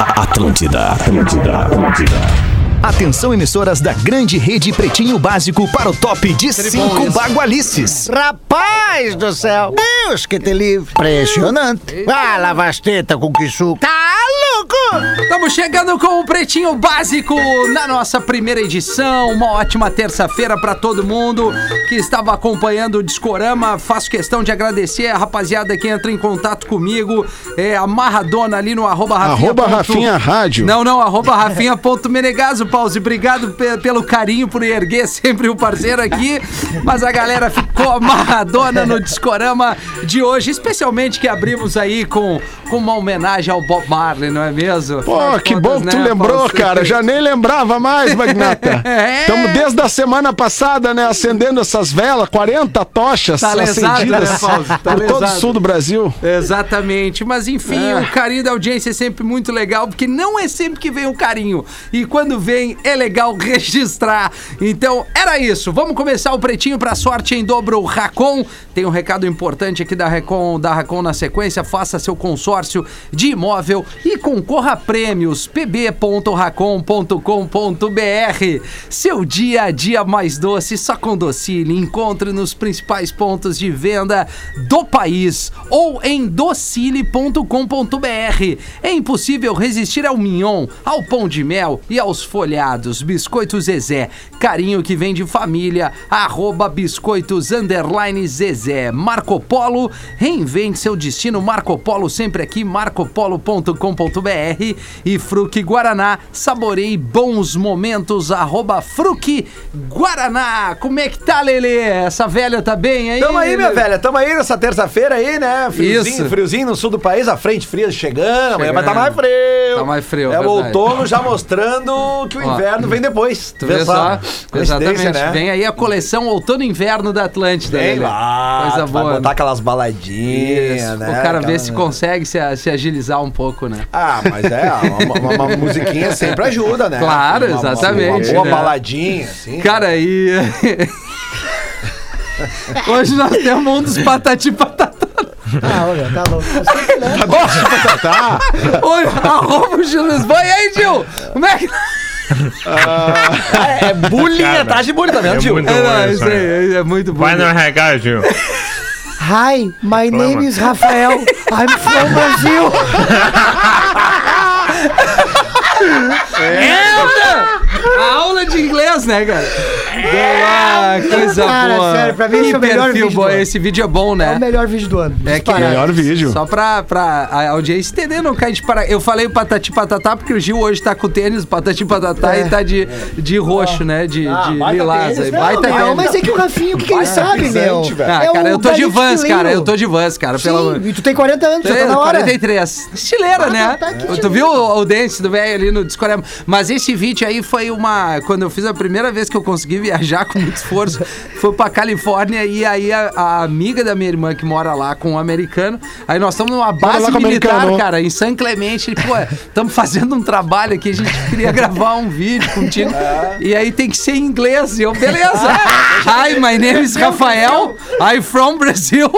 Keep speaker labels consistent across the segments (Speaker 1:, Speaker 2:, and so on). Speaker 1: Atlântida, Atlântida, Atlântida. Atenção, emissoras da grande rede Pretinho Básico para o top de 5 bagualices.
Speaker 2: Rapaz do céu! Deus que te livre! Impressionante! Ah, lavasteta com que suco! Tá louco!
Speaker 3: Estamos chegando com o Pretinho Básico na nossa primeira edição. Uma ótima terça-feira para todo mundo que estava acompanhando o Discorama. Faço questão de agradecer a rapaziada que entra em contato comigo. É amarradona ali no arroba rafinha.
Speaker 4: Arroba
Speaker 3: ponto-
Speaker 4: Rafinha Rádio.
Speaker 3: Não, não, arroba rafinha.menegaso, Pause. Obrigado pe- pelo carinho, por erguer sempre o parceiro aqui. Mas a galera ficou amarradona no discorama de hoje, especialmente que abrimos aí com, com uma homenagem ao Bob Marley, não é mesmo?
Speaker 4: Pô,
Speaker 3: Afinal de
Speaker 4: que
Speaker 3: contas,
Speaker 4: bom que tu
Speaker 3: né,
Speaker 4: lembrou,
Speaker 3: Paulo?
Speaker 4: cara. Já nem lembrava mais, Magnata.
Speaker 3: É.
Speaker 4: Estamos desde a semana passada, né? Acendendo essas velas, 40 tochas
Speaker 3: Tá lesado,
Speaker 4: acendidas
Speaker 3: né, Paulo? Tá
Speaker 4: por todo o
Speaker 3: lesado.
Speaker 4: sul do Brasil.
Speaker 3: Exatamente, mas enfim, o carinho da audiência é sempre muito legal, porque não é sempre que vem o carinho. E quando vem, é legal registrar. Então, era isso. Vamos começar o pretinho pra sorte em dobro, o Racon. Tem um recado importante aqui da Racon, da Racon na sequência. Faça seu consórcio de imóvel e concorra a prêmios. pb.racon.com.br. Seu dia a dia mais doce, só com Docile. Encontre nos principais pontos de venda do país ou em docile.com.br. É impossível resistir ao mignon, ao pão de mel e aos folhados. Biscoitos Zezé, carinho que vem de família, arroba biscoitos underline Zezé. Marco Polo, reinvente seu destino. Marco Polo sempre aqui, marcopolo.com.br e Fruque Guaraná, saborei bons momentos, arroba Fruque Guaraná. Como é que tá, Lelê? Essa velha tá bem aí?
Speaker 5: Tamo aí, minha
Speaker 3: Lelê?
Speaker 5: velha. Tamo aí nessa terça-feira aí, né? Friozinho,
Speaker 3: Isso.
Speaker 5: friozinho no sul do país, a frente fria chegando, amanhã vai
Speaker 3: Chegando.
Speaker 5: tá mais frio.
Speaker 3: Tá mais frio,
Speaker 5: É o
Speaker 3: verdade.
Speaker 5: outono já mostrando que o
Speaker 3: Ó.
Speaker 5: inverno vem depois.
Speaker 3: Tu vê só?
Speaker 5: Coincidência,
Speaker 3: Exatamente.
Speaker 5: né?
Speaker 3: Vem aí a coleção Outono e Inverno da Atlântida.
Speaker 5: Vem
Speaker 3: Lelê.
Speaker 5: lá.
Speaker 3: Coisa
Speaker 5: tu
Speaker 3: boa.
Speaker 5: Vai botar
Speaker 3: né?
Speaker 5: aquelas baladinhas,
Speaker 3: Isso.
Speaker 5: né?
Speaker 3: o cara vê
Speaker 5: Aquela-
Speaker 3: se consegue se, a- se agilizar um pouco, né?
Speaker 5: Ah, mas é, uma, uma- uma musiquinha sempre ajuda, né?
Speaker 3: Claro,
Speaker 5: Uma- uma-
Speaker 3: exatamente,
Speaker 5: Uma, boa
Speaker 3: né?
Speaker 5: baladinha, assim.
Speaker 3: Cara, e. Hoje nós temos um dos patati patatá.
Speaker 2: Ah, olha, tá louco!
Speaker 4: Tá?
Speaker 3: Oi, arroba o Gil Lisboa. E aí, Gil? Como é que.
Speaker 5: é, é bullying atrás de bullying, tá vendo,
Speaker 6: Ah. é
Speaker 5: Gil?
Speaker 6: muito-
Speaker 3: É, não,
Speaker 6: bom
Speaker 3: isso
Speaker 6: isso, né?
Speaker 3: aí, é muito bom.
Speaker 6: Vai no RH, Gil.
Speaker 2: Hi, my name is Rafael. I'm from Brazil.
Speaker 3: Aula! A aula de inglês, né, cara?
Speaker 2: É,
Speaker 3: Ah, coisa
Speaker 2: Cara,
Speaker 3: boa.
Speaker 2: sério, pra mim
Speaker 3: Que
Speaker 2: esse é o melhor
Speaker 3: perfil
Speaker 2: vídeo
Speaker 3: bom.
Speaker 2: do ano.
Speaker 3: Esse vídeo é bom,
Speaker 2: É o
Speaker 3: né?
Speaker 2: melhor vídeo do ano.
Speaker 3: É que-
Speaker 2: Disparado.
Speaker 4: Melhor vídeo.
Speaker 3: Só pra, pra a audiência entender, não cai de para. Eu falei o patati patatá porque o Gil hoje tá com tênis, patati patatá,
Speaker 2: É.
Speaker 3: e tá de, de roxo, né? De, de lilás aí. Baita
Speaker 2: Não,
Speaker 3: tênis.
Speaker 2: mas é que o Rafinho, o que, que ele sabe, meu?
Speaker 5: pisante, velho.
Speaker 3: Ah,
Speaker 2: É
Speaker 6: um
Speaker 2: o
Speaker 3: cara, eu tô de
Speaker 2: Galito
Speaker 3: vans, cara.
Speaker 2: Fileiro.
Speaker 3: Eu tô de vans, cara. Pelo amor.
Speaker 2: Sim, e tu tem 40 anos, já tá na hora.
Speaker 3: 43. Estileira, né?
Speaker 2: tá aqui,
Speaker 3: tu
Speaker 2: gente.
Speaker 3: viu o, o dance do velho ali no Discorama? Mas esse vídeo aí foi uma. Quando eu fiz a primeira vez que eu consegui viajar com muito esforço, foi pra Califórnia e aí a, a amiga da minha irmã que mora lá com um americano. Aí nós estamos numa
Speaker 2: um
Speaker 3: base
Speaker 4: lá com o
Speaker 3: militar,
Speaker 4: americano.
Speaker 3: cara, em San Clemente. Ele, pô, estamos fazendo um trabalho aqui, a gente queria gravar um vídeo contigo. E aí tem que ser em inglês. E eu, beleza. Hi, my name is Rafael. I'm from Brazil.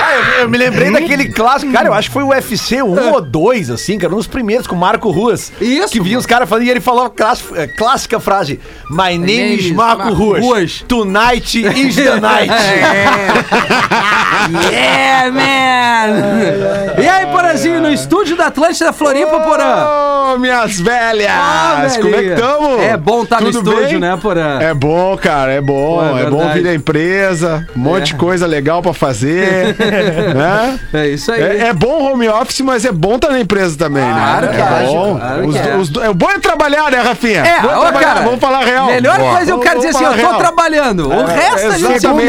Speaker 5: Ah, eu, eu me lembrei daquele clássico, cara, eu acho que foi o UFC 1 ou 2, assim, cara, um dos primeiros com o Marco Ruas.
Speaker 3: Isso,
Speaker 5: Que vinha os caras falando e ele falava clas- eh, clássica frase: My name is Marco Ruas.
Speaker 3: Ruas.
Speaker 5: Tonight is the night.
Speaker 3: É. Yeah, man! E aí, Porazinho, no estúdio da Atlântida Floripa, Porã?
Speaker 4: Ô, minhas velhas!
Speaker 3: Ah, velhinha.
Speaker 4: Como é que estamos?
Speaker 3: É bom tá no estúdio, né, Porã?
Speaker 4: É bom, cara, é bom.
Speaker 3: Pô, é
Speaker 4: é bom
Speaker 3: verdade.
Speaker 4: vir da empresa, um monte de coisa legal pra fazer, né?
Speaker 3: É isso aí.
Speaker 4: É, é bom home office, mas é bom estar na empresa também,
Speaker 3: Claro,
Speaker 4: né?
Speaker 3: claro,
Speaker 4: é bom.
Speaker 3: claro que
Speaker 4: os,
Speaker 3: é.
Speaker 4: os- é bom é trabalhar, né, Rafinha?
Speaker 3: É,
Speaker 4: bom
Speaker 3: ó,
Speaker 4: trabalhar,
Speaker 3: cara,
Speaker 4: vamos falar real.
Speaker 3: Melhor
Speaker 4: Boa.
Speaker 3: coisa eu
Speaker 4: Vamos-
Speaker 3: quero dizer
Speaker 4: vamos
Speaker 3: assim, eu tô
Speaker 4: falar real.
Speaker 3: trabalhando. O resto a gente segunda.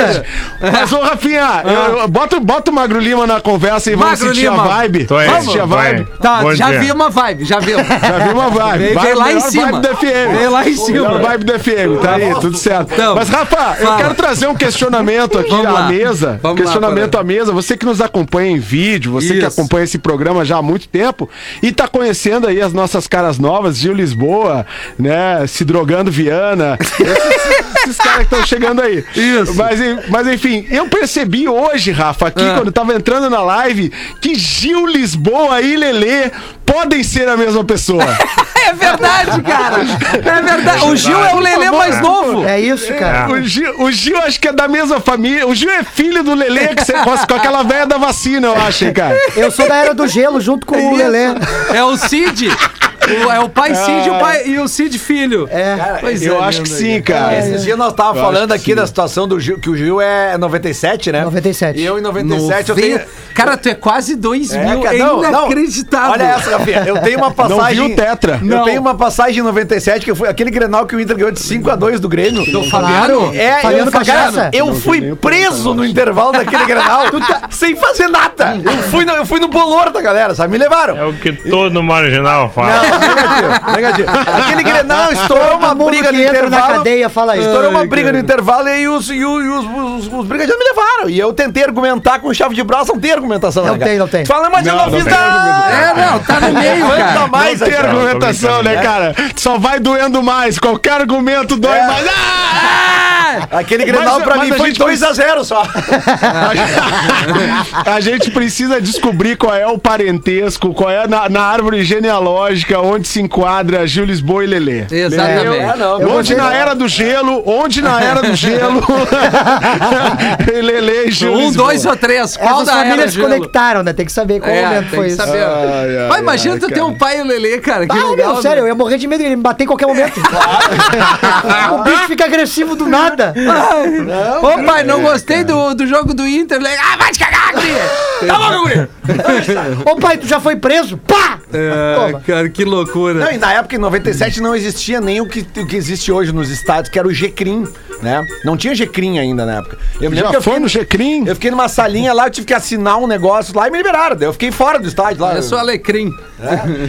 Speaker 4: É,
Speaker 3: Ah.
Speaker 4: Mas, ô, Rafinha, eu- eu- bota, bota o Magro Lima na conversa e vamos
Speaker 3: Magro
Speaker 4: sentir
Speaker 3: Lima.
Speaker 4: a vibe.
Speaker 6: Tô aí,
Speaker 4: vamos sentir a
Speaker 6: tô aí.
Speaker 4: vibe.
Speaker 3: Tá,
Speaker 6: Bom
Speaker 3: já
Speaker 6: dia.
Speaker 3: vi uma vibe, já viu.
Speaker 4: Já vi uma vibe.
Speaker 3: Veio-
Speaker 4: Vai-
Speaker 3: veio lá em
Speaker 4: melhor
Speaker 3: cima.
Speaker 4: Vibe do FM.
Speaker 3: Veio lá em cima.
Speaker 4: Melhor vibe do FM, tá aí, tudo certo.
Speaker 3: Então,
Speaker 4: Mas, Rafa,
Speaker 3: fala.
Speaker 4: eu quero trazer um questionamento aqui
Speaker 3: Vamos
Speaker 4: à
Speaker 3: lá.
Speaker 4: mesa.
Speaker 3: Vamos lá,
Speaker 4: questionamento
Speaker 3: Fran.
Speaker 4: à mesa. Você que nos acompanha em vídeo, você que
Speaker 3: Isso.
Speaker 4: acompanha esse programa já há muito tempo e tá conhecendo aí as nossas caras novas, Gil Lisboa, né? Se drogando Viana. Esses, esses caras que estão chegando aí.
Speaker 3: Isso.
Speaker 4: Mas, en- mas, enfim, eu percebi hoje, Rafa, aqui
Speaker 3: Ah.
Speaker 4: quando eu tava entrando na live, que Gil Lisboa ou a Ilelê podem ser a mesma pessoa.
Speaker 3: É verdade, cara. É verdade. O Gil é o Lelê mais novo.
Speaker 2: É isso, cara.
Speaker 5: Hum.
Speaker 4: O Gil, o Gil acho que é da mesma família. O Gil é filho do Lelê que você, com aquela velha da vacina, eu acho, hein, cara.
Speaker 6: Eu sou da Era do Gelo, junto com o Lelê.
Speaker 3: É o Cid. O- é o pai Cid e o pai- e o Cid filho.
Speaker 6: É.
Speaker 3: Pois
Speaker 4: eu
Speaker 3: é,
Speaker 4: acho que
Speaker 3: meu
Speaker 4: sim, cara.
Speaker 5: Esses dias nós tava
Speaker 4: Eu acho
Speaker 5: falando
Speaker 4: que
Speaker 5: aqui
Speaker 4: sim.
Speaker 5: da situação do Gil, que o Gil é 97, né?
Speaker 6: 97.
Speaker 5: E eu em 97
Speaker 3: 97,
Speaker 5: eu tenho...
Speaker 3: Cara, tu é quase 2
Speaker 5: É,
Speaker 3: mil.
Speaker 5: cara,
Speaker 3: É
Speaker 5: não, não.
Speaker 3: inacreditável.
Speaker 5: Olha essa, Rafinha. Eu tenho uma passagem.
Speaker 4: viu o Tetra?
Speaker 5: Eu
Speaker 3: Não.
Speaker 5: tenho uma passagem em 97, que foi aquele grenal que o Inter ganhou de 5x2 do Grêmio.
Speaker 3: Do Fabiano?
Speaker 5: É,
Speaker 6: Fabiano
Speaker 5: eu, cara,
Speaker 6: Cachaça?
Speaker 5: eu fui preso no intervalo daquele grenal
Speaker 3: tá-
Speaker 5: sem fazer nada. Eu fui, no, eu fui no bolor da galera, sabe? Me levaram.
Speaker 7: É o que todo marginal faz.
Speaker 5: Não, negativo, negativo. Aquele Grenal estourou uma
Speaker 6: mundo
Speaker 5: briga
Speaker 6: que
Speaker 5: no
Speaker 6: entra na
Speaker 5: intervalo.
Speaker 6: cadeia fala isso.
Speaker 5: Estourou uma briga no intervalo e os, e os, e os, os- os brigadeiros me levaram. E eu tentei argumentar com chave de braço, não tem argumentação.
Speaker 6: Não
Speaker 5: né, cara?
Speaker 6: tem, não tem.
Speaker 5: Fala, mas eu
Speaker 4: Não,
Speaker 5: não,
Speaker 4: não
Speaker 5: fiz
Speaker 4: tem
Speaker 5: nada.
Speaker 3: É, não, tá no meio,
Speaker 5: Manda
Speaker 3: cara.
Speaker 5: mais,
Speaker 4: não tem
Speaker 5: aqui, ó.
Speaker 4: argumentação, né, cara? Só vai doendo mais. Qualquer argumento dói
Speaker 5: É.
Speaker 4: mais. Ah!
Speaker 5: Aquele
Speaker 4: Mas-
Speaker 5: Grenal pra
Speaker 4: mas
Speaker 5: mim
Speaker 4: a
Speaker 5: foi
Speaker 4: gente
Speaker 5: 2x0 só.
Speaker 4: A gente precisa descobrir qual é o parentesco, qual é na, na árvore genealógica onde se enquadra Gil Lisboa e Lelê.
Speaker 5: Ah,
Speaker 3: Exatamente. Um,
Speaker 5: não.
Speaker 4: onde na era do gelo, onde na era do gelo. E Lelê e Gil
Speaker 3: Um,
Speaker 4: Lisboa.
Speaker 3: dois ou três. Qual
Speaker 6: Essas
Speaker 3: da era,
Speaker 6: famílias se
Speaker 3: Gil?
Speaker 6: conectaram, né? Tem que saber qual
Speaker 3: É, tem
Speaker 6: momento foi
Speaker 3: que
Speaker 6: isso.
Speaker 3: saber.
Speaker 4: Ai, ai,
Speaker 3: Mas imagina
Speaker 4: ai,
Speaker 3: tu ter
Speaker 4: cara.
Speaker 3: um pai e o Lelê, cara. Que
Speaker 6: Ah,
Speaker 3: legal.
Speaker 6: meu, sério, eu
Speaker 3: né?
Speaker 6: ia morrer de medo, ele me bater em qualquer momento. o bicho fica agressivo do nada.
Speaker 3: Ah, Ô, pai, não gostei do, do jogo do Inter. Lelê. Ah, vai te cagar, guri! Tá louco, guri!
Speaker 6: Ô pai, tu já foi preso? Pá!
Speaker 3: É,
Speaker 6: Toma.
Speaker 3: cara, que loucura.
Speaker 5: Não, e na época, em 97, não existia nem o que, o que existe hoje nos estados, que era o Jecrim, né? Não tinha Jecrim ainda na época. Eu me lembro que
Speaker 4: Já foi
Speaker 5: eu fiquei,
Speaker 4: no Checrim?
Speaker 5: eu fiquei numa salinha lá, eu tive que assinar um negócio lá e me liberaram. Daí eu fiquei fora do estádio lá.
Speaker 3: Eu sou alecrim.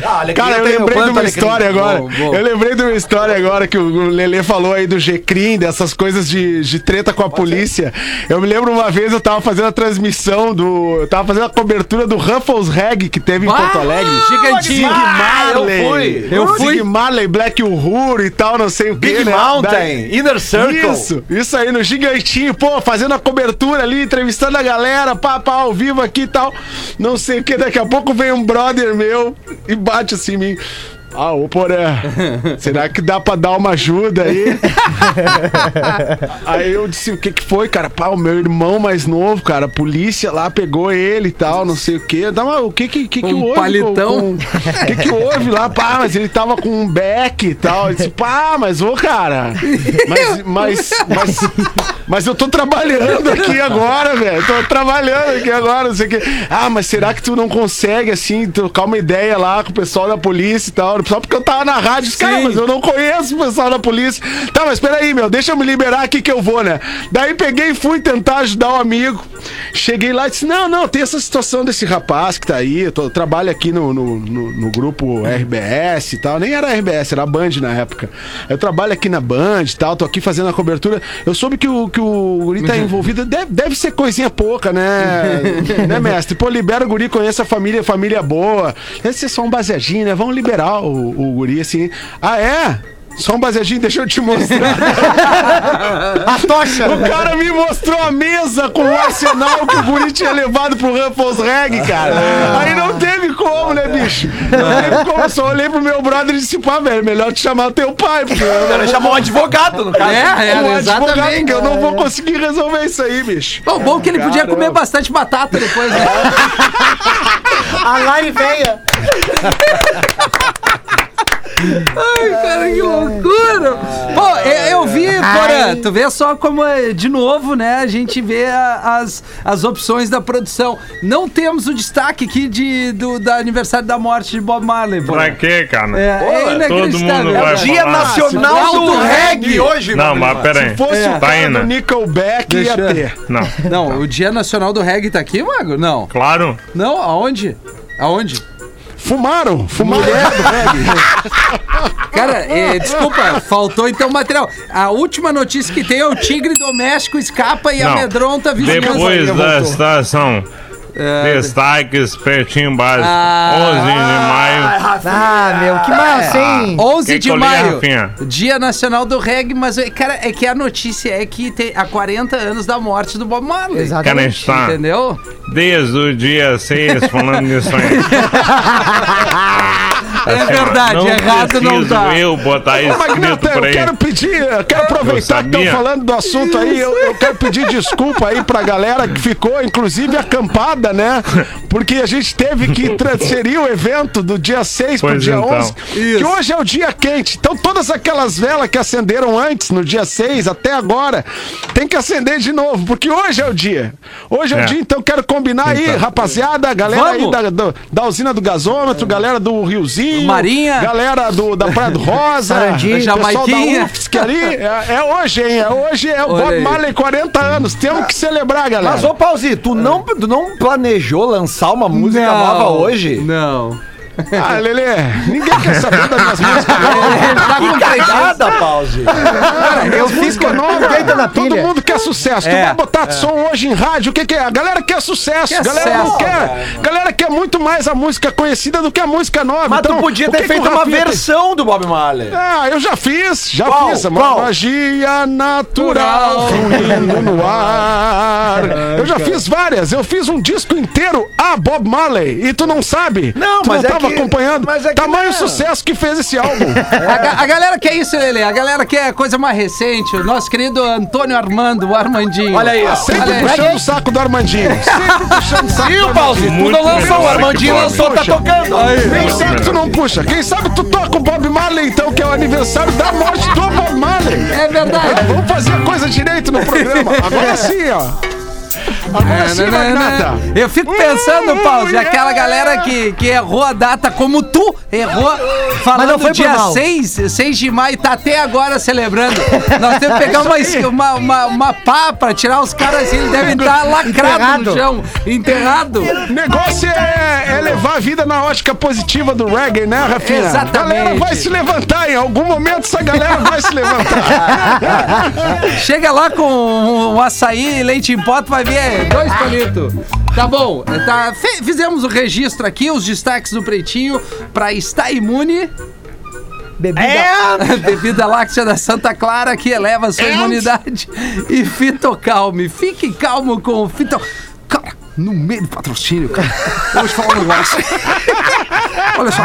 Speaker 5: Ah, alecrim
Speaker 4: Cara, eu
Speaker 5: tem,
Speaker 4: lembrei
Speaker 5: planto
Speaker 4: de uma
Speaker 5: alecrim.
Speaker 4: história agora.
Speaker 3: Bom, bom.
Speaker 4: Eu lembrei de uma história agora que o Lelê falou aí do G-Crim, dessas coisas de, de treta com a polícia. Eu me lembro uma vez eu tava fazendo a transmissão do. Eu tava fazendo a cobertura do Ruffles Reg que teve em
Speaker 3: Ah,
Speaker 4: Porto Alegre.
Speaker 3: gigantinho.
Speaker 4: Zig
Speaker 5: Ah, eu
Speaker 4: Marley.
Speaker 5: fui.
Speaker 3: Eu fui.
Speaker 4: Zig Marley, Black Uhuru e tal, não sei o né? que.
Speaker 5: Big Mountain, Inner Circle.
Speaker 4: Isso, isso aí no gigantinho, pô, fazendo a cobertura ali, entrevistando a galera, pá, pá, ao vivo aqui e tal. Não sei o que, daqui a pouco vem um brother meu e bate assim em mim. Ah, ô Porã, será que dá pra dar uma ajuda aí? aí eu disse, o que que foi, cara? Pá, o meu irmão mais novo, cara, a polícia lá pegou ele e tal, não sei o que. Dá uma, o que que, que, que
Speaker 3: Um
Speaker 4: houve?
Speaker 3: palitão?
Speaker 4: com- o que, que houve lá? Pá, mas ele tava com um beck e tal. Eu disse, pá, mas ô, cara. Mas, mas, mas, mas eu tô trabalhando aqui agora, velho. Tô trabalhando aqui agora, não sei o quê. Ah, mas será que tu não consegue, assim, trocar uma ideia lá com o pessoal da polícia e tal? Só porque eu tava na rádio. Eu disse, Cara,
Speaker 3: Sim.
Speaker 4: mas eu não conheço o pessoal da polícia. Tá, mas peraí, meu, deixa eu me liberar aqui que eu vou, né? Daí peguei e fui tentar ajudar o amigo. Cheguei lá e disse: Não, não, tem essa situação desse rapaz que tá aí, eu tô- trabalho aqui no, no, no- no grupo RBS e tal. Nem era RBS, era Band na época. Eu trabalho aqui na Band e tal, tô aqui fazendo a cobertura. Eu soube que o, que o Guri tá envolvido. Deve, deve ser coisinha pouca, né? né, mestre? Pô, libera o Guri, conheça a família, família boa. Esse é só um baseadinho, né? Vamos liberar o, o Guri assim. Ah, é? Só um baseadinho, deixa eu te mostrar.
Speaker 6: A tocha!
Speaker 4: O cara me mostrou a mesa com o arsenal que o Guri tinha levado pro Ruffles Reg, cara. Aí não teve como, né, bicho? Não teve como. Eu só olhei pro meu brother e disse, pá, velho, melhor te chamar o teu pai, porque eu não
Speaker 5: Ela chamou um advogado, no caso.
Speaker 3: É,
Speaker 4: eu
Speaker 3: é,
Speaker 4: vou advogar, que
Speaker 3: exatamente.
Speaker 4: eu não vou conseguir resolver isso aí, bicho.
Speaker 3: Bom, bom que ele podia
Speaker 4: Caramba.
Speaker 3: comer bastante batata depois, né?
Speaker 6: A Lari veia!
Speaker 3: Ai, cara, que loucura! Pô, eu, eu vi, Porã, tu vê só como, é- de novo, né, a gente vê a- as, as opções da produção. Não temos o destaque aqui de, do, da aniversário da morte de Bob Marley,
Speaker 7: Pra
Speaker 3: Porã.
Speaker 7: quê, cara?
Speaker 3: É, é
Speaker 7: todo mundo
Speaker 3: inacreditável.
Speaker 7: vai
Speaker 5: Dia
Speaker 7: falar.
Speaker 5: Nacional do
Speaker 3: Alto
Speaker 5: um Reggae hoje,
Speaker 7: Não,
Speaker 5: meu
Speaker 7: mas
Speaker 5: amigo.
Speaker 7: pera aí.
Speaker 4: Fosse o
Speaker 7: Tá
Speaker 4: cara
Speaker 7: indo.
Speaker 4: do Nickelback,
Speaker 3: Deixa eu-
Speaker 4: ia ter.
Speaker 7: Não,
Speaker 3: Não, o Dia Nacional do Reggae tá aqui, Mago? Não.
Speaker 7: claro.
Speaker 3: Não, aonde? Aonde?
Speaker 4: Fumaram, fumaram.
Speaker 3: Cara, eh, desculpa, faltou então material. A última notícia que tem é o tigre doméstico escapa e
Speaker 7: Não.
Speaker 3: amedronta a vizinhança.
Speaker 7: Depois da situação Destaques, pertinho básico.
Speaker 3: Ah.
Speaker 7: 11 de maio.
Speaker 6: Ah, meu, que massa, hein?
Speaker 3: 11
Speaker 7: Quer
Speaker 3: É, ah, de
Speaker 7: colinha,
Speaker 3: maio,
Speaker 7: Rafinha?
Speaker 3: Dia Nacional do Reggae, mas, cara, é que a notícia é que tem há 40 anos da morte do Bob Marley.
Speaker 7: Cara, a
Speaker 6: Exatamente.
Speaker 7: gente tá
Speaker 3: Entendeu?
Speaker 7: desde o dia 6 falando disso aí.
Speaker 3: É verdade,
Speaker 7: Tá não
Speaker 3: errado não
Speaker 7: preciso
Speaker 3: tá.
Speaker 7: eu botar
Speaker 4: Ô,
Speaker 7: escrito
Speaker 4: Magnata, eu
Speaker 7: pra ele.
Speaker 4: quero pedir, eu quero aproveitar que estão
Speaker 7: sabia.
Speaker 4: falando do assunto aí, eu, eu quero pedir desculpa aí pra galera que ficou, inclusive acampada, né? Porque a gente teve que transferir o evento do dia 6 pro
Speaker 7: Pois
Speaker 4: dia
Speaker 7: então.
Speaker 4: 11, que hoje é o dia quente. Então todas aquelas velas que acenderam antes, no dia 6 até agora, tem que acender de novo, porque hoje é o dia. Hoje é,
Speaker 7: É.
Speaker 4: o dia, então quero combinar aí,
Speaker 7: Então.
Speaker 4: rapaziada, a galera aí
Speaker 3: Vamos.
Speaker 4: da, do- da usina do gasômetro, galera do Riozinho,
Speaker 3: Marinha.
Speaker 4: galera do, da Praia do Rosa,
Speaker 6: Sarandi,
Speaker 4: pessoal da
Speaker 3: Jamaiquinha.
Speaker 4: UFSC ali, é, é hoje, hein? É hoje é o
Speaker 3: Olha
Speaker 4: Bob
Speaker 3: aí.
Speaker 4: Marley 40 anos. Temos que celebrar, galera.
Speaker 5: Mas, ô Pause, tu não, tu não planejou lançar uma música
Speaker 3: Não,
Speaker 5: nova hoje?
Speaker 3: Não.
Speaker 4: Ah, Lelê, ninguém quer saber das minhas músicas.
Speaker 3: Tá com preguiça.
Speaker 5: Nada, Pause.
Speaker 4: Cara, eu fiz com nova.
Speaker 6: Deita na
Speaker 4: Todo
Speaker 6: pilha.
Speaker 4: mundo quer sucesso. Tu
Speaker 3: É,
Speaker 4: vai botar som hoje em rádio. O que, que é? A galera quer sucesso.
Speaker 3: Quer
Speaker 4: galera não
Speaker 3: sucesso,
Speaker 4: quer. Galera quer muito mais a música conhecida do que a música nova.
Speaker 5: Mas
Speaker 4: Então,
Speaker 5: tu podia
Speaker 4: o
Speaker 5: ter
Speaker 4: que que
Speaker 5: feito
Speaker 4: o
Speaker 5: uma
Speaker 4: Rafinha tem-
Speaker 5: versão do Bob Marley.
Speaker 4: Ah, eu já fiz, já
Speaker 5: Qual?
Speaker 4: fiz. Uma
Speaker 5: Qual?
Speaker 4: magia natural fluindo no ar. eu já fiz várias. Eu fiz um disco inteiro a Bob Marley. E tu não sabe?
Speaker 5: Não,
Speaker 4: tu
Speaker 5: mas é
Speaker 4: não tava
Speaker 5: que-
Speaker 4: acompanhando.
Speaker 5: mas é que
Speaker 4: Tamanho
Speaker 5: não. É,
Speaker 4: sucesso que fez esse álbum.
Speaker 3: A, ga- a galera quer isso, Lelê. A galera quer coisa mais recente. O nosso querido Antônio Armando, o Armandinho.
Speaker 5: Olha aí, ó.
Speaker 4: Sempre
Speaker 3: Olha aí. é
Speaker 4: puxando o saco do Armandinho. Sempre puxando o saco.
Speaker 5: E o Pause? Tu não
Speaker 7: Muito
Speaker 5: lançou,
Speaker 7: melhor
Speaker 5: o
Speaker 7: que
Speaker 5: Armandinho
Speaker 7: Bob.
Speaker 5: lançou, tá
Speaker 4: Poxa.
Speaker 5: tocando.
Speaker 4: Quem
Speaker 5: Aí.
Speaker 4: sabe tu não puxa? Quem sabe tu toca o Bob Marley, então, que é o aniversário da morte do Bob Marley.
Speaker 3: É verdade.
Speaker 4: Vamos fazer a coisa direito no programa. Agora sim, ó. Agora sim, Magnata.
Speaker 3: Eu fico pensando,
Speaker 4: Hum,
Speaker 3: Pause,
Speaker 4: yeah.
Speaker 3: aquela galera que, que errou a data como tu errou, falando
Speaker 6: não foi por
Speaker 3: dia
Speaker 6: mal.
Speaker 3: 6, 6 de maio, tá até agora celebrando. Nós temos que pegar uma, uma, uma, uma pá pra tirar os caras assim, eles devem estar lacrados no
Speaker 6: Enterrado.
Speaker 3: chão, enterrado.
Speaker 4: O negócio é, é levar a vida na ótica positiva do reggae, né, Rafinha?
Speaker 3: Exatamente.
Speaker 4: A galera vai se levantar, em algum momento essa galera vai se levantar. tá
Speaker 3: Chega lá com um, um açaí, leite em pó, tu vai ver é, dois palitos. Tá bom, é, tá, fe- fizemos o registro aqui, os destaques do Pretinho pra estar imune.
Speaker 6: Bebida.
Speaker 3: Bebida láctea da Santa Clara que eleva a sua imunidade. E Fitocalme. Fique calmo com o Fito. Cara, no meio do patrocínio, cara. Eu vou te falar um negócio. Olha só.